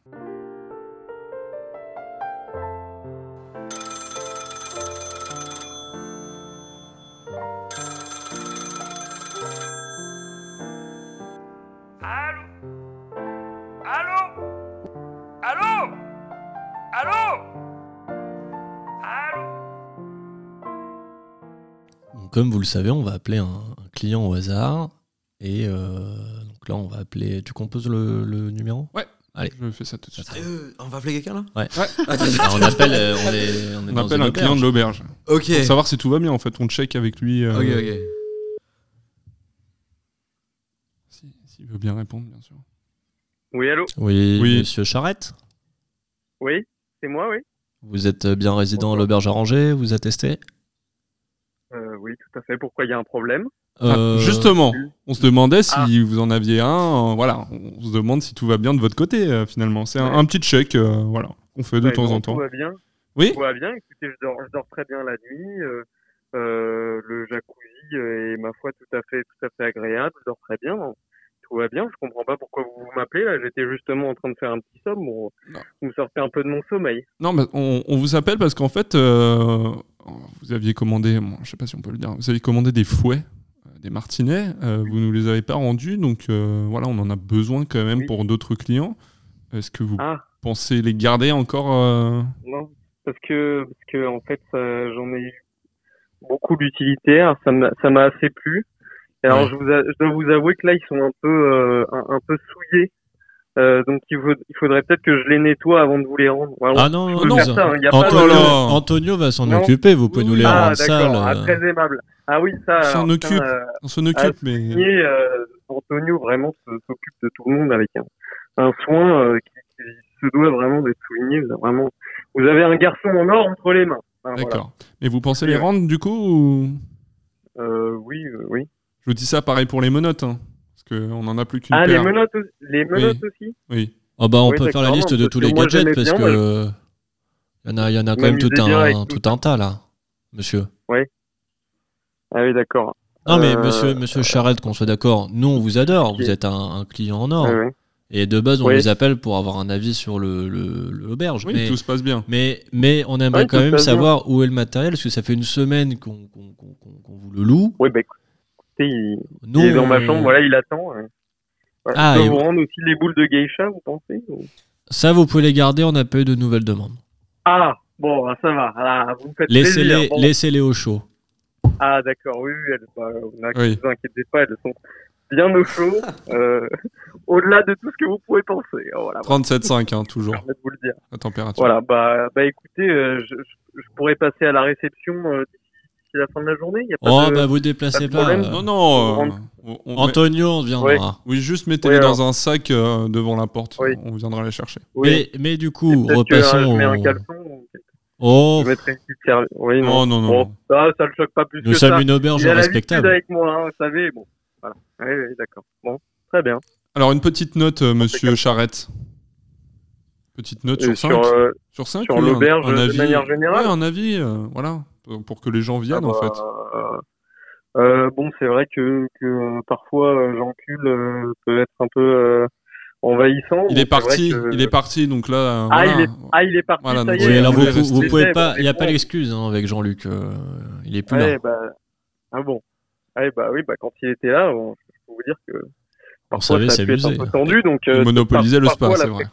E: Donc, comme vous le savez, on va appeler un, un client au hasard. Et euh, donc là, on va appeler. Tu composes le, le numéro
D: Ouais.
E: Allez.
D: Je fais ça tout de suite.
H: Euh, on va appeler quelqu'un là Ah,
E: Alors, on appelle, euh, on est, on est
D: On
E: dans
D: appelle
E: une
D: un client de
E: auberge. Eh.
D: l'auberge.
H: Ok.
D: Pour savoir si tout va bien, en fait, on check avec lui. euh,
H: Ok, ok.
D: si- S'il veut bien répondre, bien sûr.
O: Oui, allô
E: Oui,
D: Oui.
E: monsieur Charrette.
O: Oui, c'est moi, oui
E: Vous êtes bien résident à l'auberge à Angers, vous attestez
O: Euh, Oui, tout à fait. Pourquoi il y a un problème
E: Euh,
D: Ah, justement, on se demandait si
O: Ah.
D: vous en aviez un. euh, voilà, on se demande si tout va bien de votre côté, euh, finalement. C'est un,
O: Ouais.
D: un petit check, euh, voilà, qu'on fait de
O: Ouais,
D: temps
O: non,
D: en temps.
O: Bah, Tout va bien.
D: Oui
O: Tout va bien. Écoutez, je dors, je dors très bien la nuit. euh, euh, le jacuzzi euh, est, ma foi, tout à fait, tout à fait agréable. Je dors très bien. non. Tout va bien. Je comprends pas pourquoi vous m'appelez là. J'étais justement en train de faire un petit somme. Pour...
D: Non.
O: Vous me sortez un peu de mon sommeil.
D: Non, mais on, on vous appelle parce qu'en fait, euh, vous aviez commandé, bon, je sais pas si on peut le dire, vous aviez commandé des fouets, euh, des martinets, euh, vous nous les avez pas rendus, donc euh, voilà, on en a besoin quand même
O: Oui.
D: pour d'autres clients. Est-ce que vous
O: Ah.
D: pensez les garder encore euh,
O: Non, parce que, parce que en fait, ça- j'en ai eu beaucoup d'utilité. Alors, Ça m'a ça m'a assez plu. Et Alors,
D: Ouais.
O: je, vous a- je dois vous avouer que là, ils sont un peu, euh, un, un peu souillés. Euh, donc, il, vaut- il faudrait peut-être que je les nettoie avant de vous les rendre. Voilà.
E: Ah non,
O: Je
E: non,
O: peux
E: non.
O: faire ça, hein, y a pas de-
E: Antonio,
D: Oh là.
E: Antonio va s'en
O: Non.
E: occuper, vous pouvez nous les
O: ah,
E: rendre sales. euh.
O: d'accord. Ah, très aimable. Ah oui, ça.
D: S'en
O: alors, ça,
D: occupe.
O: euh,
D: On s'en occupe, mais.
O: Fournier, euh, Antonio vraiment se- s'occupe de tout le monde avec un, un soin euh, qui, qui se doit vraiment d'être souligné. Vous avez Vraiment, vous avez un garçon en or entre les mains. Ah, voilà. euh,
D: D'accord. Mais vous pensez
O: Oui,
D: les
O: ouais.
D: rendre du coup ou...
O: Euh, oui, euh, oui.
D: Je vous dis ça pareil pour les menottes, hein, parce qu'on en a plus qu'une
O: Ah, les
D: paire.
O: menottes, aussi- les menottes aussi
D: Oui.
E: Ah bah on
O: Oui,
E: peut faire la
O: d'accord,
E: liste
O: non,
E: de
O: parce
E: tous
O: que
E: les
O: moi,
E: gadgets
O: j'aimais
E: parce
O: bien,
E: que il y en a, il y en a quand même
O: m'amusais
E: tout
O: bien avec
E: un,
O: tout
E: tout un tas là, monsieur.
O: Ah oui, d'accord.
E: Non, mais
O: Euh,
E: monsieur, monsieur Charette, qu'on soit d'accord, nous on vous adore, vous êtes un, un client en or.
O: Ouais, ouais.
E: Et de base, on
O: Oui.
E: vous appelle pour avoir un avis sur l'auberge. Le, l'auberge.
D: Oui,
E: mais,
D: tout se passe bien.
E: Mais, mais on aimerait
O: Ouais,
E: quand
O: tout se
E: même
O: passe bien.
E: savoir où est le matériel, parce que ça fait une semaine qu'on qu'on- qu'on- qu'on- qu'on vous le loue.
O: Oui, bah écoutez, il,
E: Nous,
O: il est dans ma
E: on-
O: chambre, voilà, il attend. ouais. Voilà.
E: Ah,
O: je peux
E: et-
O: vous rendre aussi les boules de geisha, vous pensez ou-
E: Ça, vous pouvez les garder, on n'a pas eu de nouvelles demandes.
O: Ah, bon, ah, ça va. Ah, vous me faites plaisir.
E: Laissez-les
O: bon.
E: laissez-les au chaud.
O: Ah, d'accord, oui, oui, elles, bah, on a-
E: Oui.
O: vous inquiétez pas, elles sont bien au chaud, euh, au-delà de tout ce que vous pouvez penser. Voilà,
D: 37,5, hein, toujours.
O: Je vais vous le dire.
D: La température.
O: Voilà, bah, bah écoutez, euh, je, je- je pourrais passer à la réception euh, d'ici la fin de la journée. Y a pas
E: Oh,
O: de-
E: bah vous déplacez
O: pas de
E: pas.
O: problème.
E: euh,
D: Non, non. euh, on- on-
E: Antonio, on viendra.
D: Ouais. Oui, juste mettez-les
E: Ouais,
D: dans
E: alors.
D: un sac euh, devant la porte. On viendra les chercher.
E: Mais, mais du coup,
O: Peut-être que,
E: repassons.
O: euh, je mets un
E: au-
O: caleçon. ou quelque chose.
E: Oh,
O: Je mettrai une petite serviette. Oui,
D: Non,
O: non,
D: Oh, non, non,
O: Bon,
D: non.
O: ça, ça le choque pas plus
E: Nous
O: que
E: sommes
O: ça.
E: une auberge
O: Il a l'habitude
E: respectable.
O: avec moi, hein, vous savez. Bon, voilà. Oui, oui, d'accord. Bon, très bien.
D: Alors, une petite note, euh, monsieur Charrette. Petite note
O: Euh,
D: sur 5
O: euh,
D: Sur 5
O: Sur l'auberge, de manière générale.
D: Ouais, un avis, euh, voilà. Pour- Pour que les gens viennent, en fait.
O: Euh, euh, bon, c'est vrai que, que euh, parfois euh, Jean-Cul euh, peut être un peu euh, envahissant.
D: Il
O: Bon,
D: est
O: c'est
D: parti,
O: vrai que-
D: il est parti, donc là. euh,
O: Ah,
D: voilà.
O: il est- ah, il est parti, ça
D: donc
O: y est.
D: si
E: Oui,
D: vous
E: alors vous,
D: voulez
E: vous- vous
D: rester-
E: pouvez
O: mais
E: pas, il n'y a pas
O: bon.
E: d'excuse hein, avec Jean-Luc. euh, il est plus
O: Ouais,
E: là.
O: bah, ah bon. Ouais, bah oui, bah quand il était là, on, je peux vous dire que parfois
D: savait
O: ça a pu être un
D: s'amuser.
O: peu tendu, donc euh,
D: Il monopolisait le spa, c'est vrai.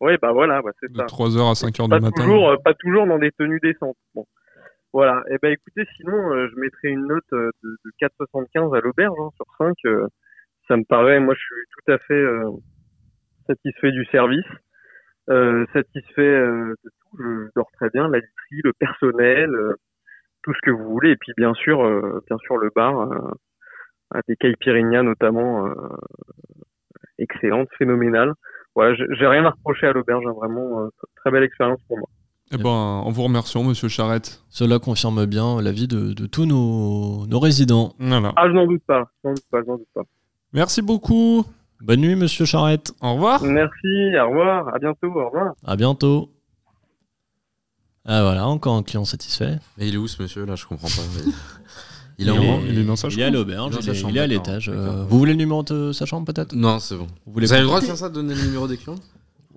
O: Oui, bah voilà, bah, c'est ça.
D: 3h à 5h
O: pas
D: du matin.
O: toujours, euh, pas toujours dans des tenues décentes. Bon, voilà. Et ben écoutez, sinon euh, je mettrai une note euh, de, de 4,75 à l'auberge hein, sur 5. euh, ça me paraît, moi je suis tout à fait euh, satisfait du service, euh, satisfait euh, de tout. Je, je dors très bien, la literie, le personnel, euh, tout ce que vous voulez. Et puis bien sûr, euh, bien sûr le bar, euh, à des caipirinhas notamment, euh, excellente, phénoménale. Voilà, j'ai j'ai rien à reprocher à l'auberge, hein, vraiment euh, très belle expérience pour moi.
D: Eh ben, en vous remerciant, monsieur Charrette.
E: Cela confirme bien l'avis de, de tous nos, nos résidents.
D: Voilà.
O: Ah, je n'en doute pas, je n'en doute pas, je n'en doute pas.
D: Merci beaucoup.
E: Bonne nuit, monsieur Charrette.
D: Au revoir.
O: Merci, au revoir, à bientôt, au revoir.
E: À bientôt. Ah voilà, encore un client satisfait.
H: Mais il est où ce monsieur là Je comprends pas.
E: Il est-
H: en-
E: il est dans sa
H: il
E: chambre.
H: à
E: l'auberge,
H: dans
E: il
H: sa
E: est-
H: chambre,
E: il est à
H: d'accord.
E: l'étage, euh,
H: D'accord.
E: vous voulez le numéro de sa chambre peut-être
H: Non, c'est bon.
E: Vous
H: Vous,
E: voulez
H: avez le droit
E: pas-
H: de faire ça, de donner le numéro des clients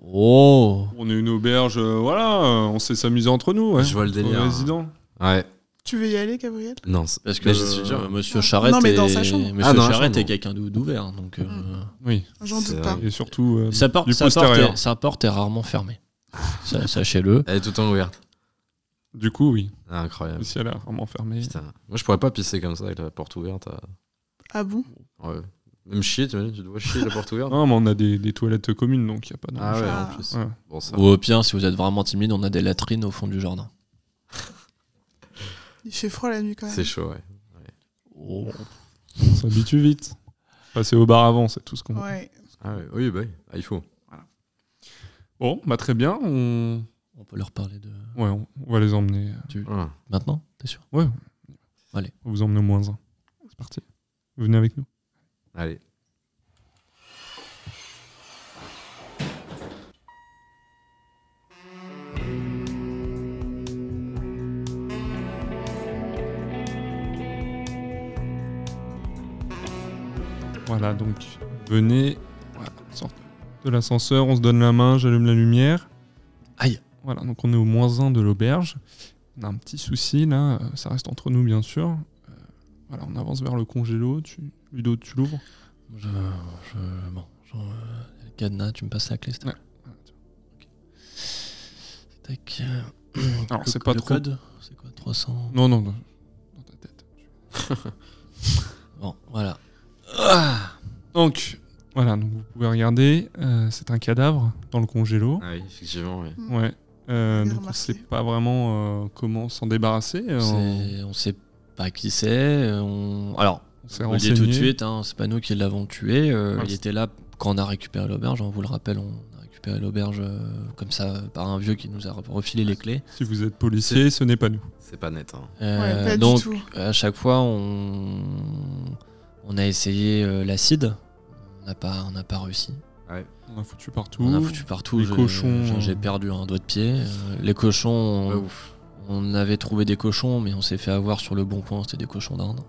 E: Oh.
D: On est une auberge, euh, voilà, euh, on sait s'amuser entre nous. Ouais.
H: Je vois le délire.
D: Nos résidents.
H: Ouais.
F: Tu veux y aller, Gabriel
H: Non, c'est-
E: Parce que
H: Mais
E: je suis sûr, monsieur Charrette
F: Charette mais dans
E: est-
F: sa chambre.
E: Monsieur
H: Ah, dans la
E: Charrette
H: chambre.
E: est quelqu'un d'ou- d'ouvert, donc euh,
D: Oui.
F: J'en doute
H: C'est
F: pas.
H: vrai.
D: Et surtout, euh,
E: sa porte,
D: du
E: sa porte
D: postérieur.
E: est, sa porte est rarement fermée. Ça, Sachez-le.
H: Elle est tout le temps ouverte.
D: Du coup, oui.
H: Ah, incroyable.
D: Si elle a vraiment fermé.
H: Putain. Moi, je pourrais pas pisser comme ça avec la porte ouverte. euh,
F: Ah bon
H: ouais. Même chier, tu imagines, tu dois chier la porte ouverte.
D: Non, mais on a des, des toilettes communes, donc il n'y a pas de.
H: Ah ouais,
F: Ah.
H: en plus.
D: Ouais.
H: Bon, ça.
E: Ou au pire, si vous êtes vraiment timide, on a des latrines au fond du jardin.
F: Il fait froid la nuit quand même.
H: C'est chaud, ouais. Oh.
D: On s'habitue vite. Passer au bar avant, c'est tout ce qu'on.
F: Ouais.
H: Ah, ouais. Oui, bah, oui. Ah, il faut.
D: Bon, bah très bien. On,
E: On peut leur parler de
D: ouais, on on va les emmener. euh,
H: Ah.
E: maintenant, t'es sûr
D: Ouais.
E: Allez.
D: On vous emmène au moins un. C'est parti. Vous venez avec nous.
H: Allez.
D: Voilà, donc venez. Voilà, on sort de l'ascenseur, on se donne la main, j'allume la lumière.
E: Aïe.
D: Voilà, donc on est au moins 1 de l'auberge. On a un petit souci là, euh, ça reste entre nous bien sûr. Euh, voilà, on avance vers le congélo. Tu... Ludo, tu l'ouvres
E: Je, je- bon, je- euh, cadenas, tu me passes la clé, s'il te plaît. Ok. Tac. euh,
D: Alors,
E: le-
D: c'est pas
E: le
D: trop-
E: code, c'est quoi 300
D: Non, non, non. Dans ta tête.
E: Bon, voilà.
D: Donc, voilà, donc vous pouvez regarder, euh, c'est un cadavre dans le congélo.
H: Ah, oui, effectivement, ouais.
D: Ouais. Euh,
F: J'ai
D: donc on
F: remarqué.
D: sait pas vraiment euh, comment s'en débarrasser. Euh, on
E: C'est- On sait pas qui c'est. euh, On... Alors,
D: s'est
E: on le dit tout de
D: renseigné.
E: suite, hein, c'est pas nous qui l'avons tué. euh,
D: Ah,
E: il
D: c'est-
E: était là quand on a récupéré l'auberge, hein, on vous le rappelle, on a récupéré l'auberge euh, comme ça par un vieux qui nous a refilé les clés.
D: Si vous êtes policier, ce n'est pas nous.
H: C'est pas net. Hein.
E: Euh,
F: pas du
E: donc,
F: tout.
E: à chaque fois, on, on a essayé euh, l'acide. On n'a pas, on n'a pas réussi.
D: On a foutu partout.
E: On a foutu partout.
D: les
E: je-
D: cochons,
E: je-
D: euh,
E: J'ai perdu un doigt de pied. Euh, les cochons. on-
H: Pas ouf.
E: On avait trouvé des cochons, mais on s'est fait avoir sur le bon coin. C'était des cochons d'Inde. Donc,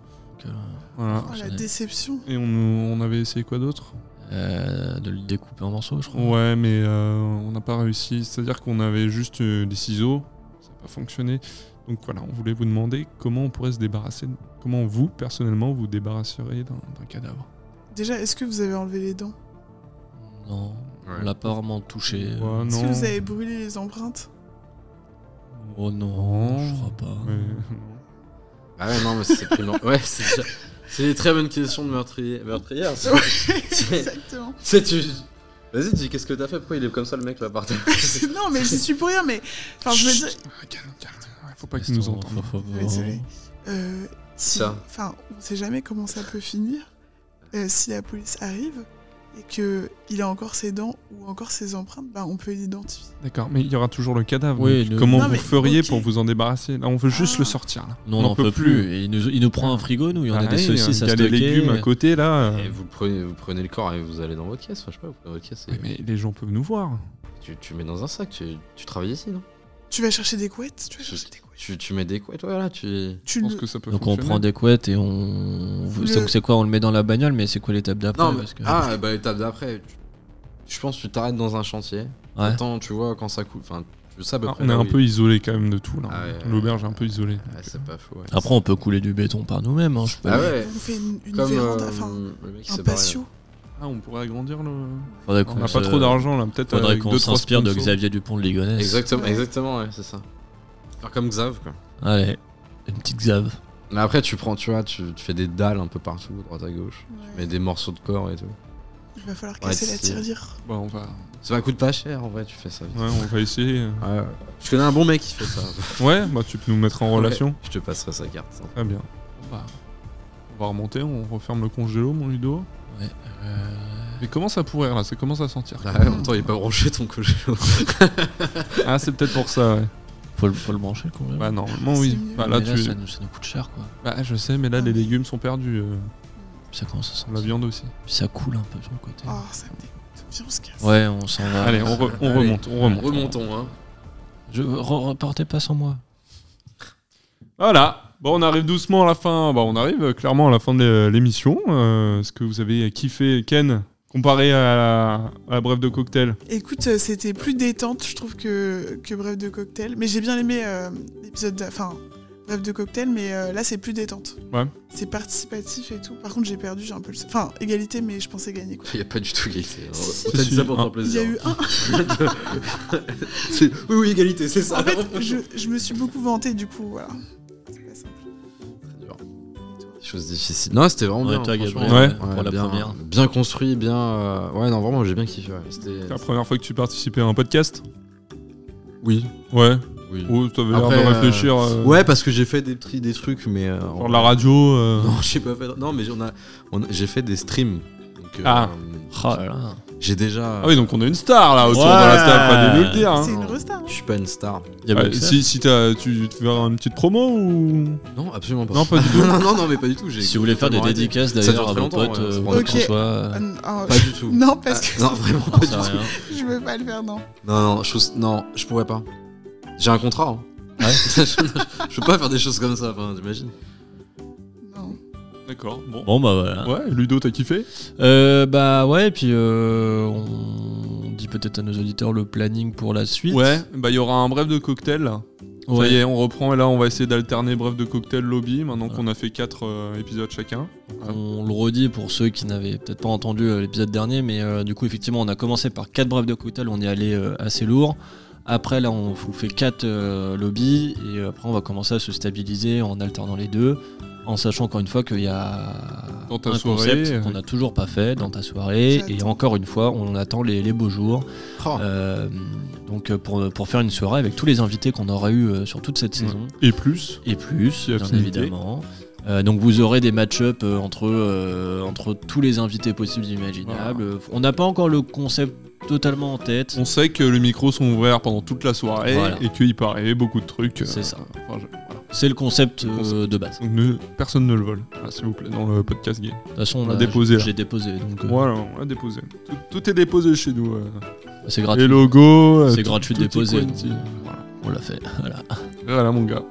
E: euh,
H: ah,
D: Voilà.
F: Oh, la déception.
D: Et on, on avait essayé quoi d'autre
E: Euh, de le découper en morceaux, je crois.
D: Ouais, mais euh, on n'a pas réussi. C'est-à-dire qu'on avait juste euh, des ciseaux, ça n'a pas fonctionné. Donc voilà, on voulait vous demander comment on pourrait se débarrasser, comment vous, personnellement, vous débarrasseriez d'un d'un cadavre.
F: Déjà, est-ce que vous avez enlevé les dents
E: Non, on l'a pas vraiment touché.
D: Ouais,
F: Est-ce que
D: non.
F: vous avez brûlé les empreintes
E: Oh non,
D: Non.
E: je crois pas.
D: Mais-
H: Ah ouais, non, mais c'est primor- Ouais, c'est déjà- c'est des très bonnes questions de meurtrier. meurtrière. c'est- c'est-
F: Exactement.
H: c'est- tu- Vas-y, dis, qu'est-ce que t'as fait Pourquoi il est comme ça le mec là par terre
F: non, mais j'y suis pour rien, mais. Enfin, je veux dire.
D: Faut pas qu'ils nous entendent.
F: Désolé. Euh, si-
H: Ça.
F: Enfin, on sait jamais comment ça peut finir. Euh, si la police arrive et que il a encore ses dents ou encore ses empreintes, bah, on peut l'identifier.
D: D'accord, mais il y aura toujours le cadavre.
E: Oui,
D: donc
E: le-
D: Comment
F: Non,
D: vous
F: mais-
D: feriez
F: ok.
D: pour vous en débarrasser Là, on veut juste
F: Ah.
D: le sortir. Là.
E: Non, on n'en peut plus. Et il nous, il nous prend un frigo, nous, il y en a
D: Ah
E: des
D: oui,
E: saucisses
D: il
E: à
D: y a les
E: stocker.
D: légumes à côté là.
H: Et vous prenez, vous prenez le corps et vous allez dans votre caisse. Enfin, je sais pas, vous prenez votre caisse et
D: Oui, Mais les gens peuvent nous voir.
H: tu, tu mets dans un sac. Tu, tu travailles ici, non
F: Tu vas chercher des couettes Tu vas chercher des couettes
H: tu, tu mets des couettes, voilà. Tu...
F: Tu
D: Je pense
F: le-
D: que ça peut
E: Donc on
D: fonctionner.
E: prend des couettes et on.
F: Le-
E: c'est- C'est quoi On le met dans la bagnole, mais c'est quoi l'étape d'après
H: Non, mais...
E: parce que-
H: Ah, bah, étape d'après. tu- Je pense que tu t'arrêtes dans un chantier.
E: Ouais.
H: Attends, tu vois quand ça coule. Enfin, tu sais à peu
D: Ah,
H: près
D: on est
H: là
D: un
H: où
D: peu isolé quand même de tout. là.
H: Ah ouais,
D: L'auberge est un peu isolée.
H: il- Ah, c'est pas faux. ouais.
E: Après, on peut couler du béton par nous-mêmes. hein, je peux
H: Ah
E: dire.
H: ouais.
F: On fait une, une
H: Comme
F: véranda,
H: euh,
F: enfin,
H: le mec qui
F: un
H: s'est barré, là.
F: patio.
D: Ah, on pourrait agrandir le.
E: Faudrait
D: On
E: qu'on
D: n'a pas
E: se-
D: trop d'argent là, peut-être.
E: Faudrait
D: avec
E: qu'on
D: deux, trois
E: s'inspire de
D: sponsors.
E: Xavier Dupont de Ligonnès.
H: Exactement,
F: Ouais.
H: exactement, ouais, c'est ça. Faire comme Xav, quoi.
E: Allez, une petite Xav.
H: Mais après, tu prends, tu vois, tu, tu fais des dalles un peu partout, droite à gauche. Tu mets
F: Ouais.
H: des morceaux de corps et tout.
F: Il va falloir
H: Ouais,
F: casser la
H: c'est-
F: tirelire.
D: Bah, on va.
H: Ça coûte pas cher en vrai, tu fais ça. vite.
D: Ouais, on va essayer.
H: Ouais, ouais. Je connais un bon mec qui fait ça.
D: Ouais, bah tu peux nous mettre en relation.
H: Ouais, Je te passerai sa carte. ça.
D: Très bien. On va, on va remonter, on referme le congélo, mon Ludo.
E: Ouais, euh,
D: Mais commence à pourrir là, ça commence à sentir.
H: Ah ouais, en même temps, il est pas branché ton congélo.
D: Ah, c'est peut-être pour ça, ouais.
E: Faut le, faut le brancher quand même.
D: Bah, normalement,
F: C'est
D: oui.
F: mieux.
D: Bah,
E: Mais
D: là,
E: là,
D: tu...
E: ça, nous, ça nous coûte cher quoi.
D: bah, je sais, mais là, les légumes sont perdus. euh,
E: Ça commence à sentir.
D: la viande aussi.
E: Puis ça coule un peu sur le côté.
F: Oh, ça me dégoûte. Viens, on se casse.
E: Ouais, on s'en va.
D: Allez, on, re- on
H: Allez,
D: remonte, on remonte.
H: Remontons, hein.
E: Je re- reportez pas sans moi.
D: Voilà. Bon, on arrive doucement à la fin. Bah, on arrive euh, clairement à la fin de l'é- l'émission. Euh, Est-ce que vous avez kiffé, Ken, comparé à la, à la brève de cocktail
F: Écoute, euh, c'était plus détente, je trouve, que, que Bref de Cocktail. Mais j'ai bien aimé euh, l'épisode. d'a- Enfin, Bref de Cocktail, mais euh, là, c'est plus détente.
D: Ouais.
F: C'est participatif et tout. Par contre, j'ai perdu, j'ai un peu le. Enfin, égalité, mais je pensais gagner. Quoi.
H: Il y a pas du tout égalité.
F: Si,
H: On t'a
D: si,
H: dit ça pour
D: un.
H: ton
F: Il y
H: plaisir.
F: a eu un.
H: C'est- Oui, oui, égalité, c'est ça.
F: En fait, je, je me suis beaucoup vantée, du coup, voilà. C'est pas simple.
H: Chose difficile. Non, c'était vraiment
E: Ouais,
H: bien.
E: toi,
H: franchement.
E: Gabriel,
H: Ouais,
E: pour la
H: bien,
E: première.
H: Bien construit, bien. euh, Ouais, non, vraiment, j'ai bien kiffé. ouais. C'était.
D: C'est la première fois que tu participais à un podcast
H: Oui.
D: Ouais.
H: Oui.
D: Oh, t'avais l'air
H: Après,
D: de
H: euh,
D: réfléchir. euh,
H: Ouais, parce que j'ai fait des, tri- des trucs, mais. euh, en-
D: Sur la radio. euh,
H: Non, j'ai pas fait. Non, mais on a, on a- j'ai fait des streams. Donc, euh,
D: Ah.
E: Oh là là.
H: J'ai déjà.
D: Ah oui, donc on a une star là autour
E: Ouais.
D: de la table, fallait nous le dire. hein.
F: C'est une resta. hein.
H: Je suis pas une star.
E: Il y a
D: Ah,
E: pas que ça.
D: si si t'as- tu, tu veux une petite promo ou.
H: Non, absolument pas.
D: Non, pas du tout.
H: non, non, non, mais pas du tout. j'ai
E: Si vous voulez faire des
H: complètement arrêté.
E: dédicaces
H: Ça dure
E: d'ailleurs à
H: très
E: vos
H: longtemps,
E: potes,
H: ouais,
E: euh,
H: c'est
E: pour
H: pas-
E: le
F: Ok.
E: François,
F: Ah,
E: euh,
F: non, ah,
H: Pas du tout.
F: non, parce que
H: Ah, non, vraiment pas du
E: ça
H: tout.
E: rien.
F: je veux pas le faire, non.
H: Non, non, je, non, je pourrais pas. J'ai un contrat. hein. je, je peux pas faire des choses comme ça, enfin, t'imagines.
F: Non.
D: D'accord, bon.
E: Bon bah voilà.
D: Ouais, Ludo, t'as kiffé
E: Euh, bah ouais, et puis euh, on dit peut-être à nos auditeurs le planning pour la suite.
D: Ouais, bah il y aura un bref de cocktail là. Ça
E: Ouais.
D: y est, on reprend et là on va essayer d'alterner bref de cocktail lobby maintenant qu'on a fait 4 épisodes chacun.
E: On le redit pour ceux qui n'avaient peut-être pas entendu euh, l'épisode dernier, mais euh, du coup, effectivement, on a commencé par 4 brefs de cocktail, on y allait euh, assez lourd. Après, là, on vous fait 4 lobbies, et euh, après, on va commencer à se stabiliser en alternant les deux, en sachant encore une fois qu'il y a
D: Dans ta
E: un
D: soirée, euh,
E: concept qu'on n'a toujours pas fait dans ta soirée, et
F: J'attends.
E: encore une fois, on attend les, les beaux jours.
D: Ah.
H: Oh.
E: Euh, donc, euh, pour, pour faire une soirée avec tous les invités qu'on aura eu euh, sur toute cette saison
D: Et plus.
E: et plus,
D: Et
E: bien
D: affinité.
E: évidemment. Euh, donc vous aurez des match-up euh, entre, euh, entre tous les invités possibles et imaginables. Euh, On n'a pas encore le concept totalement en tête.
D: On sait que les micros sont ouverts pendant toute la soirée
E: Voilà.
D: et qu'il peut arriver beaucoup de trucs. euh,
E: C'est ça.
D: enfin, je- voilà.
E: C'est le concept,
D: Le
E: euh,
D: concept.
E: de base.
D: Donc ne- personne ne le vole, voilà, s'il vous plaît, dans le podcast gay.
E: De toute façon,
D: On
E: on
D: l'a
E: a-
D: déposé, là.
E: J'ai déposé, donc euh,
D: Voilà, on l'a déposé. Tout, tout est déposé chez nous. euh.
E: c'est
D: Les
E: gratuit.
D: logos. euh,
E: C'est
D: tout-
E: gratuit de
D: tout est
E: déposer.
D: quanti.
E: On l'a fait. Voilà.
D: Voilà mon gars.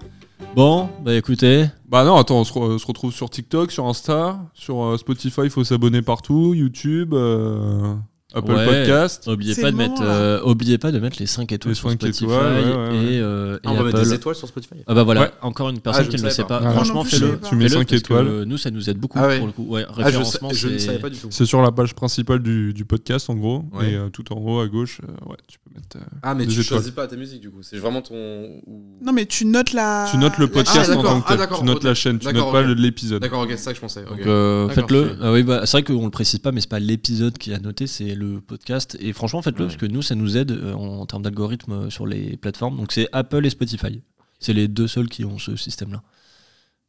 E: Bon, bah écoutez.
D: Bah non, attends, on se, re- on se retrouve sur TikTok, sur Insta, sur euh, Spotify, il faut s'abonner partout, YouTube, euh, Apple
E: Ouais,
D: Podcast.
E: Oubliez pas, de mettre, euh, oubliez pas de mettre les 5 étoiles
D: Les
E: sur
D: 5
E: Spotify
D: étoiles, ouais, ouais, ouais.
E: et, euh,
H: Ah, on
E: et
H: va mettre
E: Apple.
H: des étoiles sur Spotify
E: Ah bah voilà,
H: Ouais.
E: encore une
H: Ah,
E: personne
H: je
E: qui ne
H: le
E: le sait
H: savais
E: pas.
H: pas. Ouais.
E: Franchement,
H: Non, non plus,
E: fais-le.
H: je savais pas. Tu mets
E: Fais-le,
D: 5
E: parce que
D: étoiles.
E: Nous, ça nous aide beaucoup
H: Ah ouais.
E: pour le coup. Ouais,
H: Ah, je
E: référencement,
H: sais- je ne
E: c'est-
H: savais pas du tout.
D: C'est sur la page principale du, du podcast en gros,
H: Ouais.
D: et euh, tout en haut à gauche, euh, ouais, tu peux mettre. euh,
H: Ah, mais
D: des
H: tu
D: étoiles.
H: choisis pas ta musique du coup, c'est vraiment ton. ou-
F: Non, mais tu notes la.
D: Tu notes le
F: la Ah,
D: podcast
F: chaîne.
D: en tant que tel, tu notes
H: ok.
D: la chaîne, tu
H: D'accord,
D: notes pas
H: ok.
D: le- l'épisode.
H: D'accord, ok, c'est ça que je pensais. ok.
E: Donc euh,
H: D'accord,
E: faites-le.
H: c'est-
E: Ah oui, bah, c'est vrai qu'on le précise pas, mais c'est pas l'épisode qui a noté, c'est le podcast. Et franchement, faites-le
H: Ouais.
E: parce que nous, ça nous aide euh, en, en termes d'algorithme euh, sur les plateformes. Donc c'est Apple et Spotify. C'est les deux seuls qui ont ce système-là.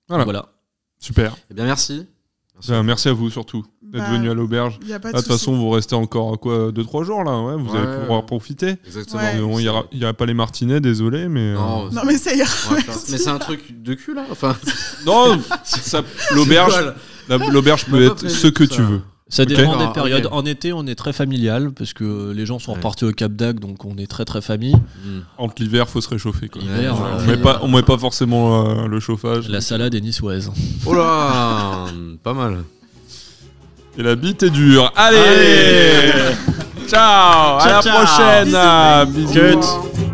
D: Voilà.
E: Donc, voilà.
D: Super.
H: Eh bien, merci. Merci.
D: Ben, merci à vous surtout d'être
F: Bah,
D: venu à l'auberge.
F: y a pas
D: Ah,
F: de
D: De toute
F: souci.
D: façon, vous restez encore quoi 2-3 jours là, ouais, vous
H: Ouais,
D: allez pouvoir
H: ouais.
D: profiter.
H: Exactement.
F: Ouais.
D: Mais bon, Il n'y aura, il y aura pas les martinets, désolé, mais.
H: Non,
D: euh,
F: Non, mais ça ira.
H: on va faire-
F: merci.
H: mais c'est un truc de cul là Enfin,
D: Non, ça- l'auberge
H: voilà.
D: la- l'auberge
H: On
D: peut
H: a pas
D: être
H: prévu
D: ce que
H: tout
D: tu
H: ça.
D: veux.
E: Ça
D: Ok.
E: dépend
H: Ah,
E: des périodes.
H: ok.
E: En été, on est très familial parce que les gens sont
H: Ouais.
E: repartis au Cap d'Agde, donc on est très très famille.
H: Hmm.
D: Entre l'hiver, faut se réchauffer. Quoi.
E: L'hiver,
D: Ouais,
E: euh,
D: on, met pas, on met pas forcément euh, le chauffage.
E: La salade est niçoise.
H: Oh là Pas mal.
D: Et la bite est dure. Allez,
H: Allez
D: Ciao, À
E: Ciao,
D: la
E: ciao.
D: prochaine Bisous.
F: Bisous.